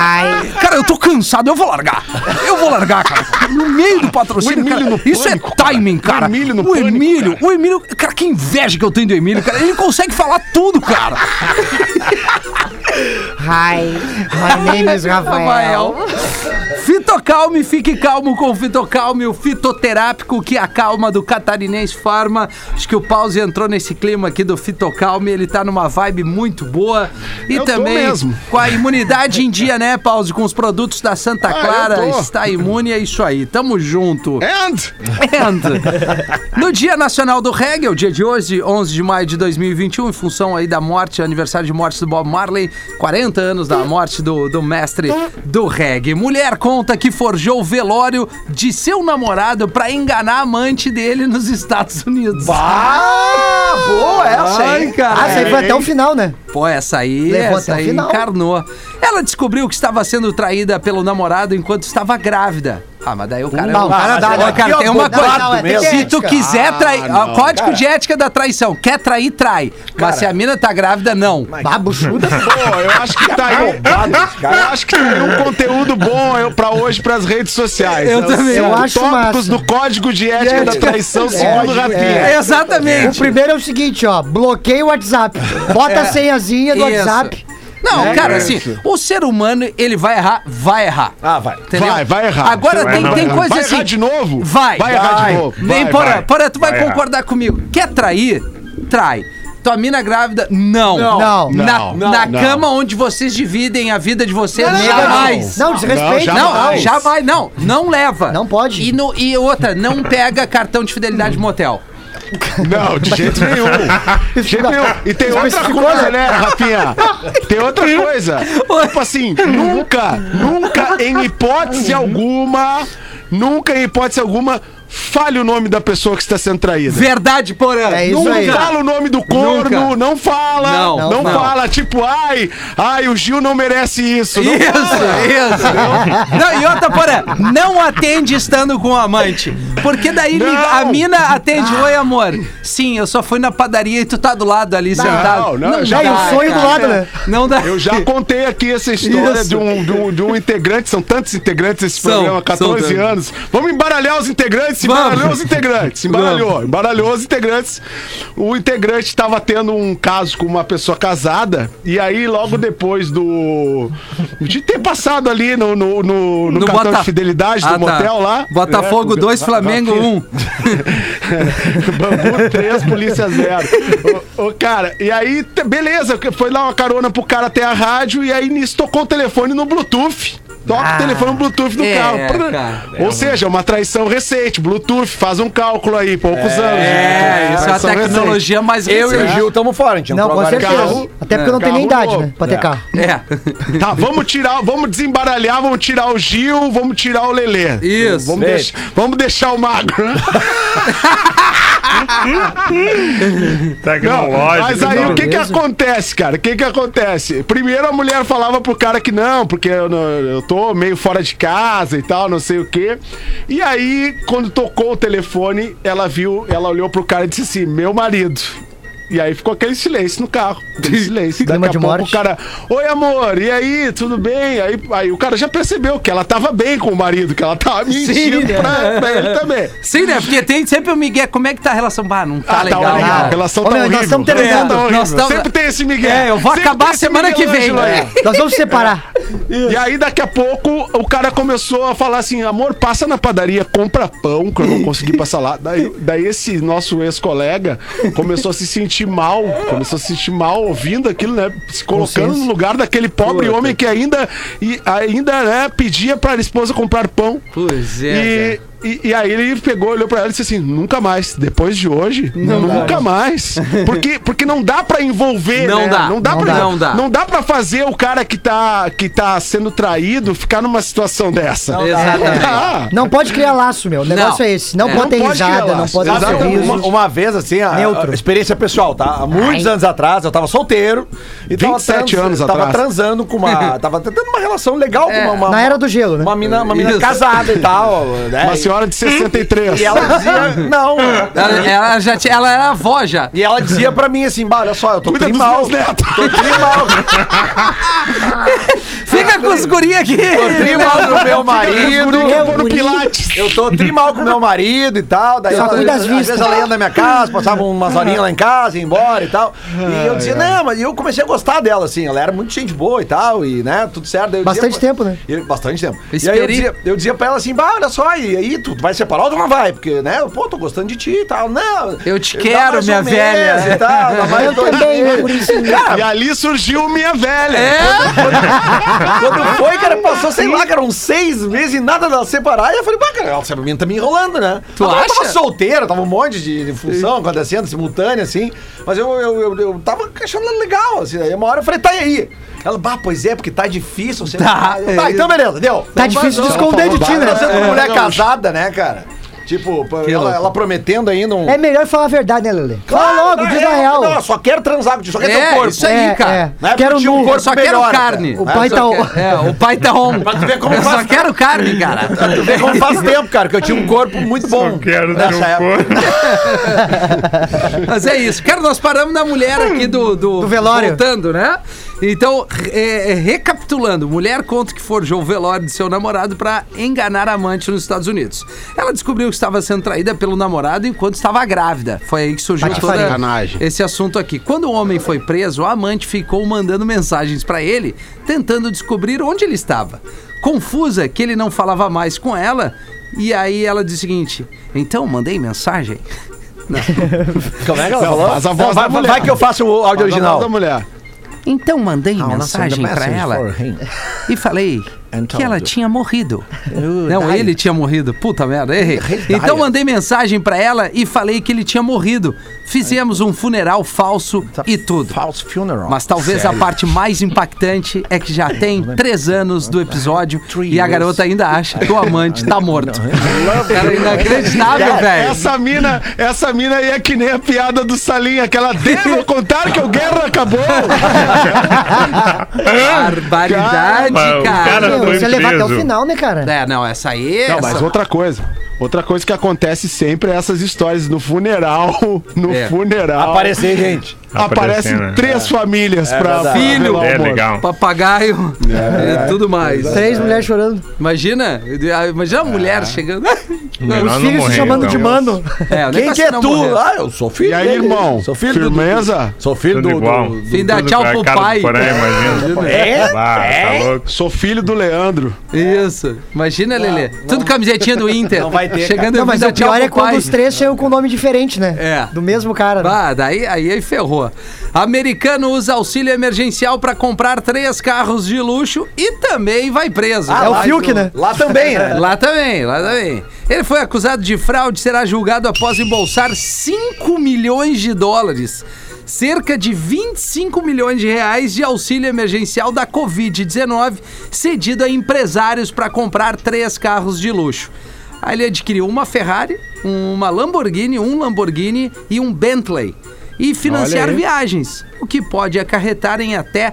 Speaker 3: Cara, eu tô cansado, eu vou largar. Eu vou largar, cara. No meio do patrocínio,
Speaker 4: O Emílio
Speaker 3: cara.
Speaker 4: no
Speaker 3: Isso
Speaker 4: pânico,
Speaker 3: é timing,
Speaker 4: cara.
Speaker 3: cara.
Speaker 4: O Emílio no
Speaker 3: o
Speaker 4: pânico,
Speaker 3: Emílio, o Emílio, cara, que inveja que eu tenho do Emílio, cara. Ele consegue falar tudo, cara.
Speaker 6: Hi, my name is Rafael.
Speaker 3: Fitocalme, fique calmo com o Fitocalme, o fitoterápico que acalma do Catarinense Farma. Acho que o Pause entrou nesse clima aqui do Fitocalme, ele tá numa vibe muito boa. E
Speaker 4: Eu tô
Speaker 3: também
Speaker 4: mesmo.
Speaker 3: com a imunidade em dia, né, Pause? Com os produtos da Santa
Speaker 4: Ah, eu
Speaker 3: Clara,
Speaker 4: tô.
Speaker 3: está imune, é isso aí. Tamo junto.
Speaker 4: And
Speaker 3: And. No Dia Nacional do Reggae, o dia de hoje, 11 de maio de 2021, em função aí da morte, aniversário de morte do Bob Marley, 40 anos da morte do, do mestre do reggae. Mulher conta que forjou o velório de seu namorado pra enganar a amante dele nos Estados Unidos.
Speaker 5: Ah, boa essa,
Speaker 3: Ai,
Speaker 5: hein?
Speaker 3: cara.
Speaker 6: Ah, isso aí foi até o final, né?
Speaker 3: Pô, essa aí,
Speaker 6: Levou
Speaker 3: essa
Speaker 6: até o
Speaker 3: aí
Speaker 6: final.
Speaker 3: encarnou. Ela descobriu que estava sendo traída pelo namorado enquanto estava grávida. Ah, mas daí o cara...
Speaker 6: Não,
Speaker 3: é um-
Speaker 6: cara, dá-
Speaker 3: Ó,
Speaker 6: aqui,
Speaker 3: cara,
Speaker 6: ó,
Speaker 3: tem uma
Speaker 6: não,
Speaker 3: coisa.
Speaker 6: não, é tem
Speaker 3: Se tu
Speaker 6: ética.
Speaker 3: quiser trair... ó, código de ética da traição. Quer trair, trai. mas se a mina tá grávida, não.
Speaker 6: Babuchuda.
Speaker 4: Pô, eu acho que tá aí. Eu acho que tá aí um conteúdo bom eu, pra hoje pras redes sociais.
Speaker 3: Eu
Speaker 4: Os
Speaker 3: também.
Speaker 6: Eu acho
Speaker 4: Tópicos
Speaker 6: massa.
Speaker 4: do Código de
Speaker 3: é
Speaker 4: Ética da Traição, segundo
Speaker 6: Código,
Speaker 4: Rafinha.
Speaker 6: é. O
Speaker 3: Exatamente.
Speaker 6: primeiro é o seguinte, ó. Bloqueia o WhatsApp. Bota a senhazinha do
Speaker 3: Isso.
Speaker 6: WhatsApp.
Speaker 3: Não, cara,
Speaker 4: isso.
Speaker 3: assim, o ser humano, ele vai errar, vai errar.
Speaker 5: Ah, vai.
Speaker 3: Entendeu?
Speaker 4: Vai, vai errar.
Speaker 3: Agora
Speaker 7: Vai
Speaker 3: tem,
Speaker 7: errar,
Speaker 3: tem
Speaker 7: vai
Speaker 3: coisa
Speaker 4: Vai
Speaker 3: assim.
Speaker 4: errar de novo?
Speaker 3: Vai.
Speaker 4: Vai errar
Speaker 5: Vai.
Speaker 4: de novo.
Speaker 3: Vem,
Speaker 4: Vai,
Speaker 3: Porã,
Speaker 4: vai.
Speaker 3: Porã, tu vai,
Speaker 7: Vai errar.
Speaker 3: concordar comigo. Quer trair? Trai. Tua mina grávida? Não.
Speaker 6: Não.
Speaker 3: Na,
Speaker 4: Não.
Speaker 3: na
Speaker 4: Não.
Speaker 3: cama onde vocês dividem a vida de vocês, jamais.
Speaker 6: Jamais. Não, desrespeita.
Speaker 4: Não,
Speaker 3: Não, jamais, não. Não leva.
Speaker 6: Não pode.
Speaker 3: E, no- e outra, não pega cartão de fidelidade motel.
Speaker 4: Não, de jeito nenhum. De jeito nenhum. E tem outra coisa, né, Rafinha? Tem outra coisa. Tipo assim, nunca, nunca, em hipótese alguma, nunca em hipótese alguma, fale o nome da pessoa que está sendo traída.
Speaker 3: Verdade, Porã.
Speaker 6: É isso
Speaker 4: Não
Speaker 6: aí.
Speaker 4: fala o nome do corno,
Speaker 3: Nunca.
Speaker 4: não fala,
Speaker 3: Não,
Speaker 4: não,
Speaker 3: não, não.
Speaker 4: fala, tipo, ai, ai, o Gil não merece isso. Não
Speaker 3: Isso,
Speaker 4: fala.
Speaker 3: isso. Não, e outra, porra, não atende estando com o amante. Porque daí li-
Speaker 4: Não.
Speaker 3: a mina atende, oi amor. Sim, eu só fui na padaria e tu tá do lado ali sentado.
Speaker 4: não, já- é um
Speaker 6: e o sonho do lado, né?
Speaker 3: Não dá.
Speaker 4: Eu já contei aqui essa história
Speaker 3: Isso.
Speaker 4: de um, de, um, de um integrante, são tantos integrantes esse
Speaker 3: São,
Speaker 4: programa, 14
Speaker 3: são tantos.
Speaker 4: anos. Vamos embaralhar os integrantes,
Speaker 3: Vamos.
Speaker 4: embaralhou os integrantes, embaralhou, embaralhou os integrantes. O integrante estava tendo um caso com uma pessoa casada, e aí logo depois do. de ter passado ali no, no, no, no cartão
Speaker 3: Bota-
Speaker 4: de fidelidade
Speaker 3: Ah,
Speaker 4: do
Speaker 3: tá.
Speaker 4: motel lá.
Speaker 3: Botafogo
Speaker 4: É,
Speaker 3: 2,
Speaker 4: va-
Speaker 3: Flamengo
Speaker 4: va-
Speaker 3: 1. Um.
Speaker 4: Bangu 3, polícia 0. Ô, ô, cara, e aí, t- beleza, foi lá uma carona pro cara até a rádio e aí nisso tocou o telefone no Bluetooth. Toca o telefone no Bluetooth do
Speaker 3: Ah, é,
Speaker 4: carro. Prrr.
Speaker 3: cara.
Speaker 4: Ou seja, é uma traição recente. Bluetooth, faz um cálculo aí, poucos anos.
Speaker 3: É, isso é a
Speaker 4: Traição recente.
Speaker 3: tecnologia mais
Speaker 5: Eu e o
Speaker 3: recente.
Speaker 5: Gil estamos fora, a gente
Speaker 6: Não,
Speaker 5: entrou
Speaker 6: com
Speaker 5: agora.
Speaker 6: certeza.
Speaker 4: carro.
Speaker 6: Até porque eu não tenho nem
Speaker 4: Carro
Speaker 6: idade,
Speaker 4: novo.
Speaker 6: né? Pra ter carro.
Speaker 3: É.
Speaker 4: Tá, vamos tirar, vamos desembaralhar, vamos tirar o Gil, vamos tirar o Lelê.
Speaker 3: Isso.
Speaker 4: Vamos, deix- vamos deixar o magro. Não,
Speaker 7: Tecnológico.
Speaker 4: mas aí
Speaker 7: não.
Speaker 4: o que que acontece, cara? O que que acontece? Primeiro a mulher falava pro cara que não, porque eu, não- eu tô meio fora de casa e tal, não sei o quê. E aí, quando tocou o telefone, ela viu, ela olhou pro cara e disse assim, meu marido. E aí ficou aquele silêncio no carro. Aquele silêncio. Daqui
Speaker 6: Clima
Speaker 4: a
Speaker 6: de
Speaker 4: pouco o
Speaker 6: morte.
Speaker 4: cara, oi amor, e aí, tudo bem? Aí, aí o cara já percebeu que ela tava bem com o marido, que ela tava mentindo
Speaker 3: né?
Speaker 4: pra, pra ele também.
Speaker 3: Sim, né? Porque tem sempre o Miguel. Como é que tá a relação? Ah, não tá
Speaker 4: Ah,
Speaker 3: legal.
Speaker 4: tá legal.
Speaker 3: né?
Speaker 4: A relação
Speaker 6: Ô,
Speaker 4: tá
Speaker 6: meu, nós
Speaker 4: horrível.
Speaker 6: estamos
Speaker 4: A relação
Speaker 3: terminando.
Speaker 4: tá horrível.
Speaker 3: Nós estamos-
Speaker 4: Sempre tem esse Miguel.
Speaker 3: É, eu vou
Speaker 4: Sempre
Speaker 3: acabar
Speaker 4: tem esse
Speaker 3: semana que vem.
Speaker 4: Michelangelo aí.
Speaker 6: Nós vamos separar.
Speaker 4: E aí, daqui a pouco, o cara começou a falar assim, amor, passa na padaria, compra pão, que eu não consegui passar lá. Daí, daí esse nosso ex-colega começou a se sentir mal, começou a se sentir mal ouvindo aquilo, né? Se colocando no lugar daquele pobre homem que ainda, e, ainda né, pedia pra esposa comprar pão.
Speaker 3: Pois é.
Speaker 4: E, e, e aí ele pegou, olhou pra ela e disse assim: nunca mais, depois de hoje, nunca mais. Porque, porque não dá pra envolver.
Speaker 3: Não
Speaker 4: né?
Speaker 3: dá,
Speaker 4: Não dá,
Speaker 3: não
Speaker 4: pra,
Speaker 3: dá.
Speaker 4: Não, dá. pra fazer o cara que tá, que tá sendo traído ficar numa situação dessa.
Speaker 3: Exatamente.
Speaker 4: Ah,
Speaker 6: Não pode criar laço, meu. O negócio
Speaker 3: Não.
Speaker 6: é esse. Não
Speaker 3: É,
Speaker 6: pode ter
Speaker 4: não pode criar
Speaker 6: risada, não
Speaker 4: laço.
Speaker 6: pode
Speaker 4: Exato.
Speaker 6: ter
Speaker 5: Sabe, uma,
Speaker 6: riso.
Speaker 5: uma vez assim, a,
Speaker 6: Neutro.
Speaker 5: a experiência pessoal, tá? Há muitos anos atrás, eu tava solteiro. E tava
Speaker 4: 27 anos
Speaker 5: tava
Speaker 4: atrás.
Speaker 5: transando com uma. Tava tendo uma relação legal com uma. uma
Speaker 6: Na era do gelo, né?
Speaker 5: uma mina, uma mina
Speaker 3: Isso.
Speaker 5: casada e tal. Né?
Speaker 4: uma senhora de 63.
Speaker 5: E ela dizia. Não.
Speaker 3: Ela, é- ela já tinha, ela era avó já.
Speaker 5: E ela dizia pra mim assim, bah, olha só, eu tô
Speaker 4: Cuida dos
Speaker 5: trimal.
Speaker 4: meus netos.
Speaker 5: Tô trimal.
Speaker 3: Fica com os guri aqui.
Speaker 6: É
Speaker 5: Tô trimal com meu
Speaker 4: Os
Speaker 5: marido.
Speaker 4: guri que vão no Pilates.
Speaker 5: Eu tô trimal com meu marido e tal. Daí
Speaker 6: Só
Speaker 5: ela-
Speaker 6: cuida das
Speaker 5: às
Speaker 6: vistas. Ah.
Speaker 5: vezes ela ia na minha casa, passava umas horinhas lá em casa, ia embora e tal. E eu dizia, não, mas eu comecei a gostar dela, assim. Ela era muito gente boa e tal, e né, tudo certo. Daí eu
Speaker 6: Bastante
Speaker 5: dizia,
Speaker 6: tempo, né?
Speaker 5: E- bastante tempo. E aí
Speaker 3: Esperi-
Speaker 5: eu dizia, eu dizia pra ela assim, bah, olha só, e aí, tu vai separar ou tu não vai? Porque, né, pô, tô gostando de ti e tal. Não.
Speaker 3: Eu te
Speaker 5: dá
Speaker 3: quero,
Speaker 5: mais um
Speaker 3: minha
Speaker 5: mês
Speaker 3: velha.
Speaker 5: E tal, dá mais
Speaker 6: Eu
Speaker 5: dois
Speaker 6: também,
Speaker 5: meses. Ah,
Speaker 6: né, gurizinho?
Speaker 5: Cara,
Speaker 4: E ali surgiu minha
Speaker 3: É,
Speaker 5: É,
Speaker 4: velha.
Speaker 5: Quando
Speaker 6: Ah,
Speaker 5: foi, cara, passou, sei lá, cara, uns seis meses e nada dela separar. E eu falei, bah, cara, ela essa menina tá me enrolando, né?
Speaker 3: Tu
Speaker 5: eu tava-
Speaker 3: acha?
Speaker 5: tava solteira, tava um monte de, de função acontecendo, simultânea, assim. Mas eu, eu, eu, eu tava achando ela legal, assim. Aí uma hora eu falei, tá e aí? Ela, bah, pois é, porque tá difícil. Você
Speaker 3: Tá,
Speaker 5: Eu, tá,
Speaker 3: é
Speaker 5: então beleza, deu.
Speaker 6: Tá difícil de esconder de ti,
Speaker 5: Ela
Speaker 6: né?
Speaker 5: sendo uma mulher casada, né, cara? Tipo, ela,
Speaker 3: louco.
Speaker 5: ela prometendo ainda um...
Speaker 6: É melhor falar a verdade, né, Lelê?
Speaker 5: Ah,
Speaker 6: Fala logo,
Speaker 5: não,
Speaker 6: diz
Speaker 5: é,
Speaker 6: a real.
Speaker 5: Não, eu só quero transar contigo, só quero
Speaker 3: É,
Speaker 5: teu corpo.
Speaker 3: isso aí, cara. um
Speaker 5: Não é
Speaker 6: Quero
Speaker 5: porque o
Speaker 6: nu.
Speaker 5: corpo
Speaker 3: Eu só quero
Speaker 5: melhora,
Speaker 3: carne.
Speaker 5: cara.
Speaker 6: O pai
Speaker 3: Eu só
Speaker 6: tá-
Speaker 3: quero- é, o pai tá on.
Speaker 5: Pra tu ver como
Speaker 3: Eu só
Speaker 5: faz-
Speaker 3: quero carne, cara.
Speaker 5: Tu vê como faz tempo, cara, que eu tinha um corpo muito bom.
Speaker 7: Eu quero
Speaker 5: nessa
Speaker 7: teu
Speaker 5: época.
Speaker 7: corpo.
Speaker 3: Mas é isso. Cara, nós paramos na mulher aqui do... Do,
Speaker 6: Do velório.
Speaker 3: Voltando, né? Então, é, é, recapitulando. Mulher conta que forjou o velório de seu namorado pra enganar a amante nos Estados Unidos. Ela descobriu que estava sendo traída pelo namorado enquanto estava grávida. Foi aí que surgiu toda
Speaker 4: Sacanagem.
Speaker 3: esse assunto aqui. Quando o homem foi preso, a amante ficou mandando mensagens pra ele, tentando descobrir onde ele estava. Confusa que ele não falava mais com ela, e aí ela diz o seguinte: "Então mandei mensagem".
Speaker 5: Como é que
Speaker 4: Não,
Speaker 5: ela falou?
Speaker 4: faz a voz
Speaker 5: vai,
Speaker 4: da
Speaker 5: vai-
Speaker 4: mulher.
Speaker 5: vai que eu faço o áudio
Speaker 4: Mas a voz
Speaker 5: original.
Speaker 4: Da mulher.
Speaker 3: Então mandei mensagem pra ela e falei: que ela tinha morrido. Não, ele tinha morrido. Puta merda, errei. Então mandei mensagem pra ela e falei que ele tinha morrido. Fizemos um funeral falso e tudo.
Speaker 5: False funeral.
Speaker 3: Mas talvez a parte mais impactante é que já tem três anos do episódio e a garota ainda acha que o amante tá morto. Cara,
Speaker 4: é
Speaker 3: inacreditável, velho.
Speaker 4: Essa mina, essa mina aí é que nem a piada do Salim, aquela devo contar que o guerra acabou.
Speaker 3: Barbaridade,
Speaker 7: Cara, o
Speaker 3: cara.
Speaker 7: cara-
Speaker 6: Não,
Speaker 7: foi
Speaker 6: você levar até o
Speaker 7: preso.
Speaker 6: final, né, cara?
Speaker 3: É, não, essa aí.
Speaker 4: Não,
Speaker 3: essa-
Speaker 4: mas outra coisa. Outra coisa que acontece sempre é essas histórias no funeral, no
Speaker 3: É.
Speaker 4: funeral.
Speaker 5: Aparecer, gente.
Speaker 4: tá aparecem
Speaker 7: Aparecendo, né?
Speaker 4: três famílias pra pra
Speaker 3: Filho.
Speaker 4: revelar o
Speaker 7: É
Speaker 4: amor.
Speaker 7: legal.
Speaker 3: Papagaio e tudo mais.
Speaker 6: Três mulheres chorando.
Speaker 3: Imagina, imagina a mulher
Speaker 5: Ah.
Speaker 3: chegando.
Speaker 7: Melhor
Speaker 6: Os
Speaker 7: não
Speaker 6: filhos se
Speaker 7: morrer,
Speaker 6: chamando de
Speaker 7: então.
Speaker 6: mano.
Speaker 3: É, o
Speaker 5: Quem
Speaker 3: negócio
Speaker 5: que é
Speaker 3: não
Speaker 5: tu?
Speaker 3: morrer.
Speaker 5: Ah, eu sou filho
Speaker 4: E aí,
Speaker 5: dele.
Speaker 4: irmão?
Speaker 5: Sou filho do-
Speaker 4: firmeza?
Speaker 5: Sou filho
Speaker 7: Tudo
Speaker 5: do...
Speaker 7: igual.
Speaker 5: do-
Speaker 3: Fim da
Speaker 7: Tudo
Speaker 3: tchau
Speaker 7: com a
Speaker 3: pro
Speaker 7: cara do
Speaker 3: pai.
Speaker 7: Porã, imagina. Bah, tá louco.
Speaker 4: Sou filho do Leandro.
Speaker 3: Isso. Imagina, Lelê. Tudo camisetinha do Inter.
Speaker 5: Não vai ter,
Speaker 3: Chegando
Speaker 6: Não, mas
Speaker 3: e
Speaker 6: o
Speaker 3: dá tchau
Speaker 6: pior é
Speaker 3: pro pai.
Speaker 6: quando os três chegam com nome diferente, né?
Speaker 3: É.
Speaker 6: Do mesmo cara. né?
Speaker 3: Bah, daí aí, aí ferrou. Americano usa auxílio emergencial pra comprar três carros de luxo e também vai preso.
Speaker 5: Ah,
Speaker 6: É o Fiuk, né?
Speaker 5: Lá também, né?
Speaker 3: Ah, Lá também, lá também. Ele foi acusado de fraude e será julgado após embolsar 5 milhões de dólares. Cerca de 25 milhões de reais de auxílio emergencial da Covid-19, cedido a empresários para comprar três carros de luxo. Aí ele adquiriu uma Ferrari, uma Lamborghini, um Lamborghini e um Bentley. E financiar viagens, o que pode acarretar em até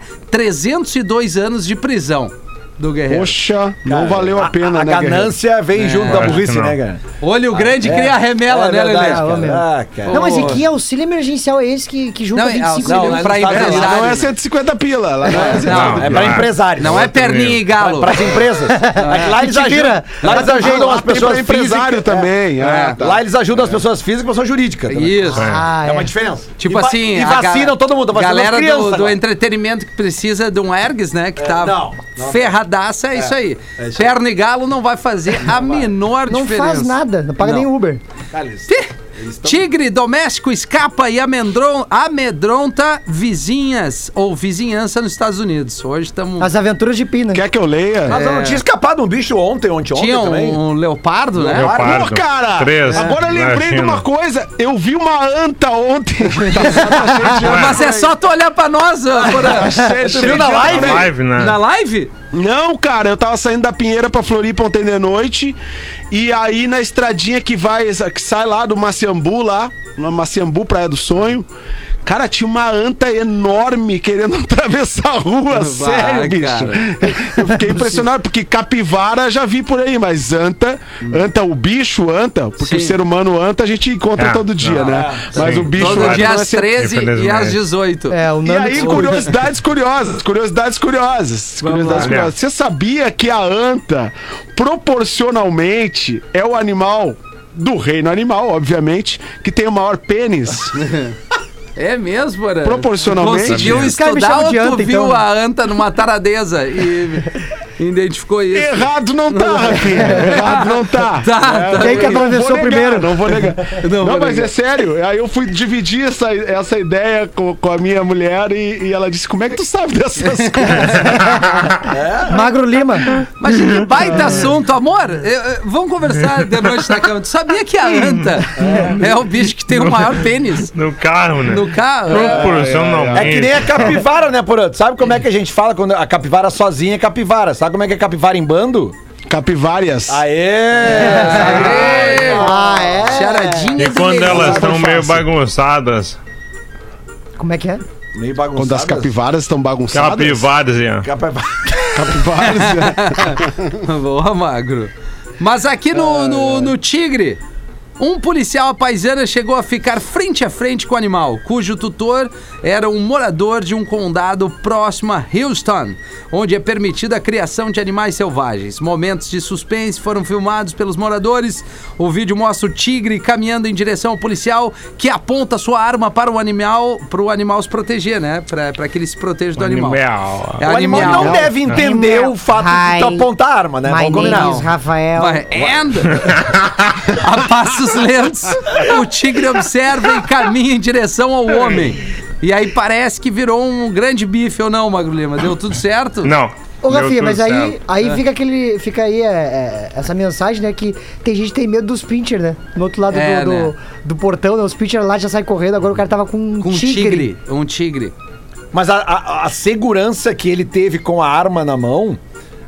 Speaker 3: 302 anos de prisão do guerreiro.
Speaker 4: Poxa, não valeu a pena,
Speaker 5: É. a
Speaker 4: né, Guerreiro? É,
Speaker 5: ganância vem junto da
Speaker 7: É, acho que
Speaker 5: burrice,
Speaker 7: não.
Speaker 5: né, cara?
Speaker 3: Olho grande cria remela, né, Lelê?
Speaker 5: é verdade, cara.
Speaker 6: mesmo.
Speaker 5: Ah, cara.
Speaker 6: Não, mas e que auxílio emergencial é esse que, que junta
Speaker 3: Não, é,
Speaker 6: 25
Speaker 3: não,
Speaker 6: milhões?
Speaker 3: é pra
Speaker 5: Estados Unidos
Speaker 3: empresário.
Speaker 4: Não é 150 pila. Ela não é
Speaker 3: Não,
Speaker 5: É
Speaker 3: é
Speaker 5: pra
Speaker 7: Ah,
Speaker 5: empresários.
Speaker 3: Não é
Speaker 5: pra
Speaker 3: perninha e galo.
Speaker 5: as empresas. Aqui lá eles
Speaker 6: Se
Speaker 5: ajudam.
Speaker 6: vira.
Speaker 5: Lá eles ajudam
Speaker 4: Lá
Speaker 5: as
Speaker 4: tem
Speaker 5: pessoas
Speaker 4: pra empresário
Speaker 5: físicas. É.
Speaker 4: também. ah, tá.
Speaker 5: Lá eles ajudam as pessoas físicas e pessoas jurídicas. também.
Speaker 3: Isso.
Speaker 6: Ah,
Speaker 5: É uma diferença.
Speaker 3: Tipo
Speaker 5: E va-
Speaker 3: assim.
Speaker 5: E
Speaker 3: a ga-
Speaker 5: vacinam todo mundo. Vacinam
Speaker 3: Galera
Speaker 5: as crianças.
Speaker 3: do, do
Speaker 5: agora.
Speaker 3: entretenimento que precisa de um ergues, né? Que tá
Speaker 5: não, não.
Speaker 3: ferradaça, é, isso aí. Perna e galo não vai fazer a menor
Speaker 6: Não
Speaker 3: diferença.
Speaker 6: faz nada, não paga
Speaker 3: Não.
Speaker 6: nem Uber.
Speaker 3: Tih! Tigre doméstico escapa e amendron- amedronta vizinhas ou vizinhança nos Estados Unidos. Hoje estamos.
Speaker 6: As aventuras de Pina.
Speaker 4: Quer que eu leia?
Speaker 5: Mas eu não tinha escapado um bicho ontem, ontem, ontem
Speaker 3: Tinha
Speaker 5: também.
Speaker 3: um, leopardo, né?
Speaker 7: Leopardo.
Speaker 4: Pô, cara!
Speaker 7: Três.
Speaker 4: Agora eu
Speaker 7: na
Speaker 4: lembrei de uma
Speaker 7: China.
Speaker 4: coisa. Eu vi uma anta ontem. Tá
Speaker 3: Mas é só tu olhar pra nós, ó, Porã.
Speaker 4: viu na
Speaker 7: Live, né?
Speaker 3: Na live?
Speaker 4: Não, cara, eu tava saindo da Pinheira pra Floripa ontem de noite. E aí na estradinha que vai, que sai lá do Maciambu, lá, na Maciambu, Praia do Sonho. Cara, tinha uma anta enorme querendo atravessar a rua, sério, bicho.
Speaker 3: cara.
Speaker 4: Eu fiquei impressionado, porque capivara já vi por aí, mas anta, anta, o bicho anta,
Speaker 3: Sim.
Speaker 4: porque o ser humano anta a gente encontra
Speaker 7: É,
Speaker 4: todo dia,
Speaker 7: não,
Speaker 4: né?
Speaker 7: é,
Speaker 4: mas
Speaker 7: sim.
Speaker 4: o bicho
Speaker 3: Todo
Speaker 4: anta
Speaker 3: dia
Speaker 4: não é
Speaker 3: às 13 e às 18.
Speaker 6: É, o
Speaker 4: e
Speaker 6: Nando.
Speaker 4: aí, curiosidades curiosas, curiosidades curiosas, curiosidades
Speaker 7: lá.
Speaker 4: curiosas. Você sabia que a anta, proporcionalmente, é o animal do reino animal, obviamente, que tem o maior pênis?
Speaker 3: É mesmo, Porã?
Speaker 4: Proporcionalmente.
Speaker 3: Conseguiu
Speaker 7: Sabia.
Speaker 6: Os caras me
Speaker 3: estudar
Speaker 6: chamam
Speaker 3: ou
Speaker 6: de
Speaker 3: tu
Speaker 6: anta,
Speaker 3: viu
Speaker 6: então?
Speaker 3: a anta numa taradeza e identificou isso?
Speaker 4: Errado não tá, Rafinha. Errado não tá.
Speaker 3: Tá, tá.
Speaker 4: eu
Speaker 6: Quem é que
Speaker 4: não vou
Speaker 6: atravessou
Speaker 4: negar,
Speaker 6: primeiro?
Speaker 3: né?
Speaker 4: Não vou negar.
Speaker 3: Não
Speaker 4: Não,
Speaker 3: vou
Speaker 4: mas
Speaker 3: negar.
Speaker 4: é sério. Aí eu fui dividir essa, essa ideia com, com a minha mulher e, e ela disse: Como é que tu sabe dessas coisas?
Speaker 6: Magro Lima.
Speaker 3: Mas que baita assunto, amor. eu- eu- vamos conversar de noite na cama. Tu sabia que a anta é, o bicho que tem o maior pênis
Speaker 7: No carro, né?
Speaker 3: no carro? É.
Speaker 7: Proporcionalmente.
Speaker 5: É que nem a capivara, né, Porã? Tu Sabe como é que a gente fala quando a capivara sozinha é capivara? Sabe como é que é capivara em bando?
Speaker 4: Capivárias.
Speaker 3: É.
Speaker 5: Aê!
Speaker 3: Aê,
Speaker 6: Ah, é?
Speaker 3: Charadinhas
Speaker 7: E quando
Speaker 3: delícias.
Speaker 7: elas estão
Speaker 5: fácil.
Speaker 7: meio bagunçadas,
Speaker 6: Como é que é?
Speaker 5: Meio
Speaker 4: Quando as
Speaker 5: bagunçado.
Speaker 4: capivaras estão bagunçadas.
Speaker 7: capivadas, Ian.
Speaker 4: Capivaras.
Speaker 3: Boa, magro. Mas aqui no, no, no Tigre, um policial à paisana chegou a ficar frente a frente com o animal, cujo tutor era um morador de um condado próximo a Houston, onde é permitida a criação de animais selvagens. Momentos de suspense foram filmados pelos moradores. O vídeo mostra o tigre caminhando em direção ao policial, que aponta sua arma para o animal, para o animal se proteger, né? Para para que ele se proteja do animal.
Speaker 7: Animal.
Speaker 3: É
Speaker 5: O animal não deve entender
Speaker 6: Animal.
Speaker 5: o fato de tu
Speaker 6: Hi.
Speaker 5: apontar a arma, né?
Speaker 6: My
Speaker 5: Vamos combinar.
Speaker 6: name is Rafael.
Speaker 3: Vai, and a passos lentos, o tigre observa e caminha em direção ao homem. E aí parece que virou um grande bife ou não, Magro Lima? Deu tudo certo?
Speaker 7: Não.
Speaker 6: Ô,
Speaker 7: Deu
Speaker 6: Rafinha,
Speaker 7: tudo
Speaker 6: mas aí,
Speaker 7: certo.
Speaker 6: aí fica aquele. Fica aí é, é, essa mensagem, né? Que tem gente que tem medo dos pincher, né? No outro lado
Speaker 3: É,
Speaker 6: do, do,
Speaker 3: né?
Speaker 6: do portão, né? Os pincher lá já saem correndo, agora o cara tava com um
Speaker 3: Com um tigre. Um tigre.
Speaker 5: Mas a, a- a segurança que ele teve com a arma na mão,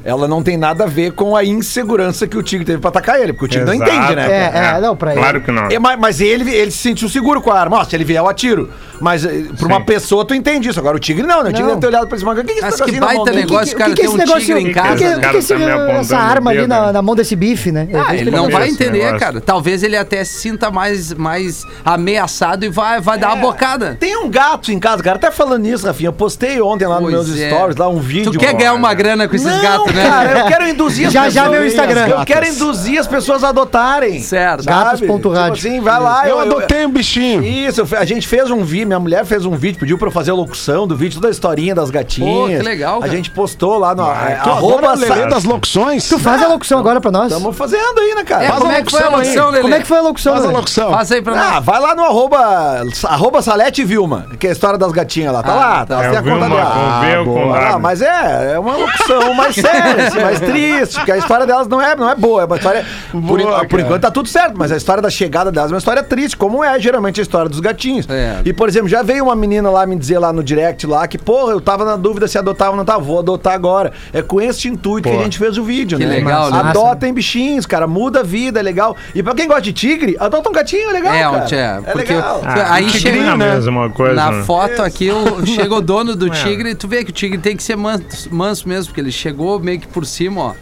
Speaker 5: ela não tem nada a ver com a insegurança que o Tigre teve pra atacar ele, porque o Tigre não
Speaker 7: Exato.
Speaker 5: entende, né?
Speaker 6: É, é, não, pra ele.
Speaker 7: Claro que não.
Speaker 5: É, ma- mas ele, ele se sentiu seguro com a arma. Ó, se ele vier, eu atiro. Mas eh, pra uma
Speaker 7: Sim.
Speaker 5: pessoa, tu entende isso. Agua, o tigre não, né? O tigre
Speaker 6: Não.
Speaker 5: deve ter olhado pra esse mago. Que que esse
Speaker 3: Mas que
Speaker 5: negocinho na mão
Speaker 3: baita
Speaker 5: dele?
Speaker 3: negócio,
Speaker 6: que,
Speaker 3: cara,
Speaker 6: que, que
Speaker 3: tem
Speaker 6: é esse
Speaker 3: um
Speaker 6: negócio?
Speaker 3: tigre em
Speaker 6: O que que-
Speaker 7: casa,
Speaker 6: o
Speaker 7: né?
Speaker 6: que que
Speaker 7: Cara,
Speaker 6: é esse-
Speaker 7: tá me
Speaker 6: essa
Speaker 7: apontando
Speaker 6: arma
Speaker 7: o
Speaker 6: ali
Speaker 7: dedo,
Speaker 6: na,
Speaker 7: né?
Speaker 6: na mão desse bife, né? Eu
Speaker 3: Ah,
Speaker 6: vi
Speaker 3: ele
Speaker 6: que
Speaker 3: não
Speaker 7: Esse
Speaker 3: vai entender,
Speaker 7: negócio.
Speaker 3: cara. Talvez ele até se sinta mais, mais ameaçado e vai, vai dar uma bocada.
Speaker 5: Tem um gato em casa, cara. Até falando nisso, Rafinha. Eu postei ontem lá
Speaker 3: Pois
Speaker 5: nos meus
Speaker 3: é.
Speaker 5: stories, lá um vídeo.
Speaker 3: Tu quer ganhar uma grana com esses
Speaker 5: Não,
Speaker 3: gatos, né?
Speaker 5: Cara, eu quero induzir
Speaker 6: Já, já meu Instagram.
Speaker 5: Eu quero induzir as pessoas a adotarem.
Speaker 3: Certo.
Speaker 5: sabe?
Speaker 6: Gatos.radio.
Speaker 5: Tipo assim, vai lá.
Speaker 4: Eu adotei um bichinho.
Speaker 5: Isso, eu fe- a gente fez um vídeo, minha mulher fez um vídeo, pediu pra eu fazer a locução do vídeo, toda a historinha das gatinhas.
Speaker 3: Pô, que legal,
Speaker 5: A
Speaker 3: cara.
Speaker 5: gente postou lá no
Speaker 4: Ah, tu
Speaker 5: arroba
Speaker 4: adora o Lelê
Speaker 5: sa-
Speaker 4: das locuções.
Speaker 6: Tu faz a locução agora pra nós?
Speaker 5: Estamos fazendo aí, né, cara?
Speaker 3: É,
Speaker 5: Faz
Speaker 3: como
Speaker 5: uma
Speaker 3: é que foi a
Speaker 4: locução aí.
Speaker 3: locução, Lelê?
Speaker 6: Como é que foi a locução?
Speaker 4: Faz a
Speaker 6: Lelê?
Speaker 4: locução.
Speaker 3: Passa aí pra nós.
Speaker 5: Ah, vai lá no arroba, arroba Salete Vilma, que é a história das gatinhas lá. Tá
Speaker 3: Ah,
Speaker 5: lá, tá,
Speaker 3: tá.
Speaker 5: lá, tem a
Speaker 7: É,
Speaker 5: conta
Speaker 7: Vilma,
Speaker 5: dela.
Speaker 7: com V ou com né?
Speaker 5: boa.
Speaker 7: W?
Speaker 5: Ah, mas é, é uma locução mais séria, assim, mais triste, porque a história delas não é, não é boa. É uma história. por, en- por enquanto tá tudo certo, mas a história da chegada delas é uma história triste, como é geralmente a história dos gatinhos.
Speaker 3: É.
Speaker 5: E, por exemplo, já veio uma menina lá me dizer lá no direct lá que, porra, eu tava na dúvida se adotava ou não tava, vou adotar agora. É com esse intuito que a gente fez o vídeo,
Speaker 3: Que
Speaker 5: né?
Speaker 3: legal, né?
Speaker 5: Adotem bichinhos, cara, muda a vida, é legal. E pra quem gosta de tigre, adota um gatinho, é legal
Speaker 3: É,
Speaker 5: legal,
Speaker 3: um tchê,
Speaker 5: cara.
Speaker 3: porque
Speaker 5: legal.
Speaker 7: Ah,
Speaker 3: aí
Speaker 7: o
Speaker 3: chega
Speaker 7: tigrinho é a mesma coisa,
Speaker 3: na
Speaker 7: né?
Speaker 3: foto aqui, o, chega o dono do tigre, tu vê que o tigre tem que ser manso, manso mesmo, porque ele chegou meio que por cima, ó,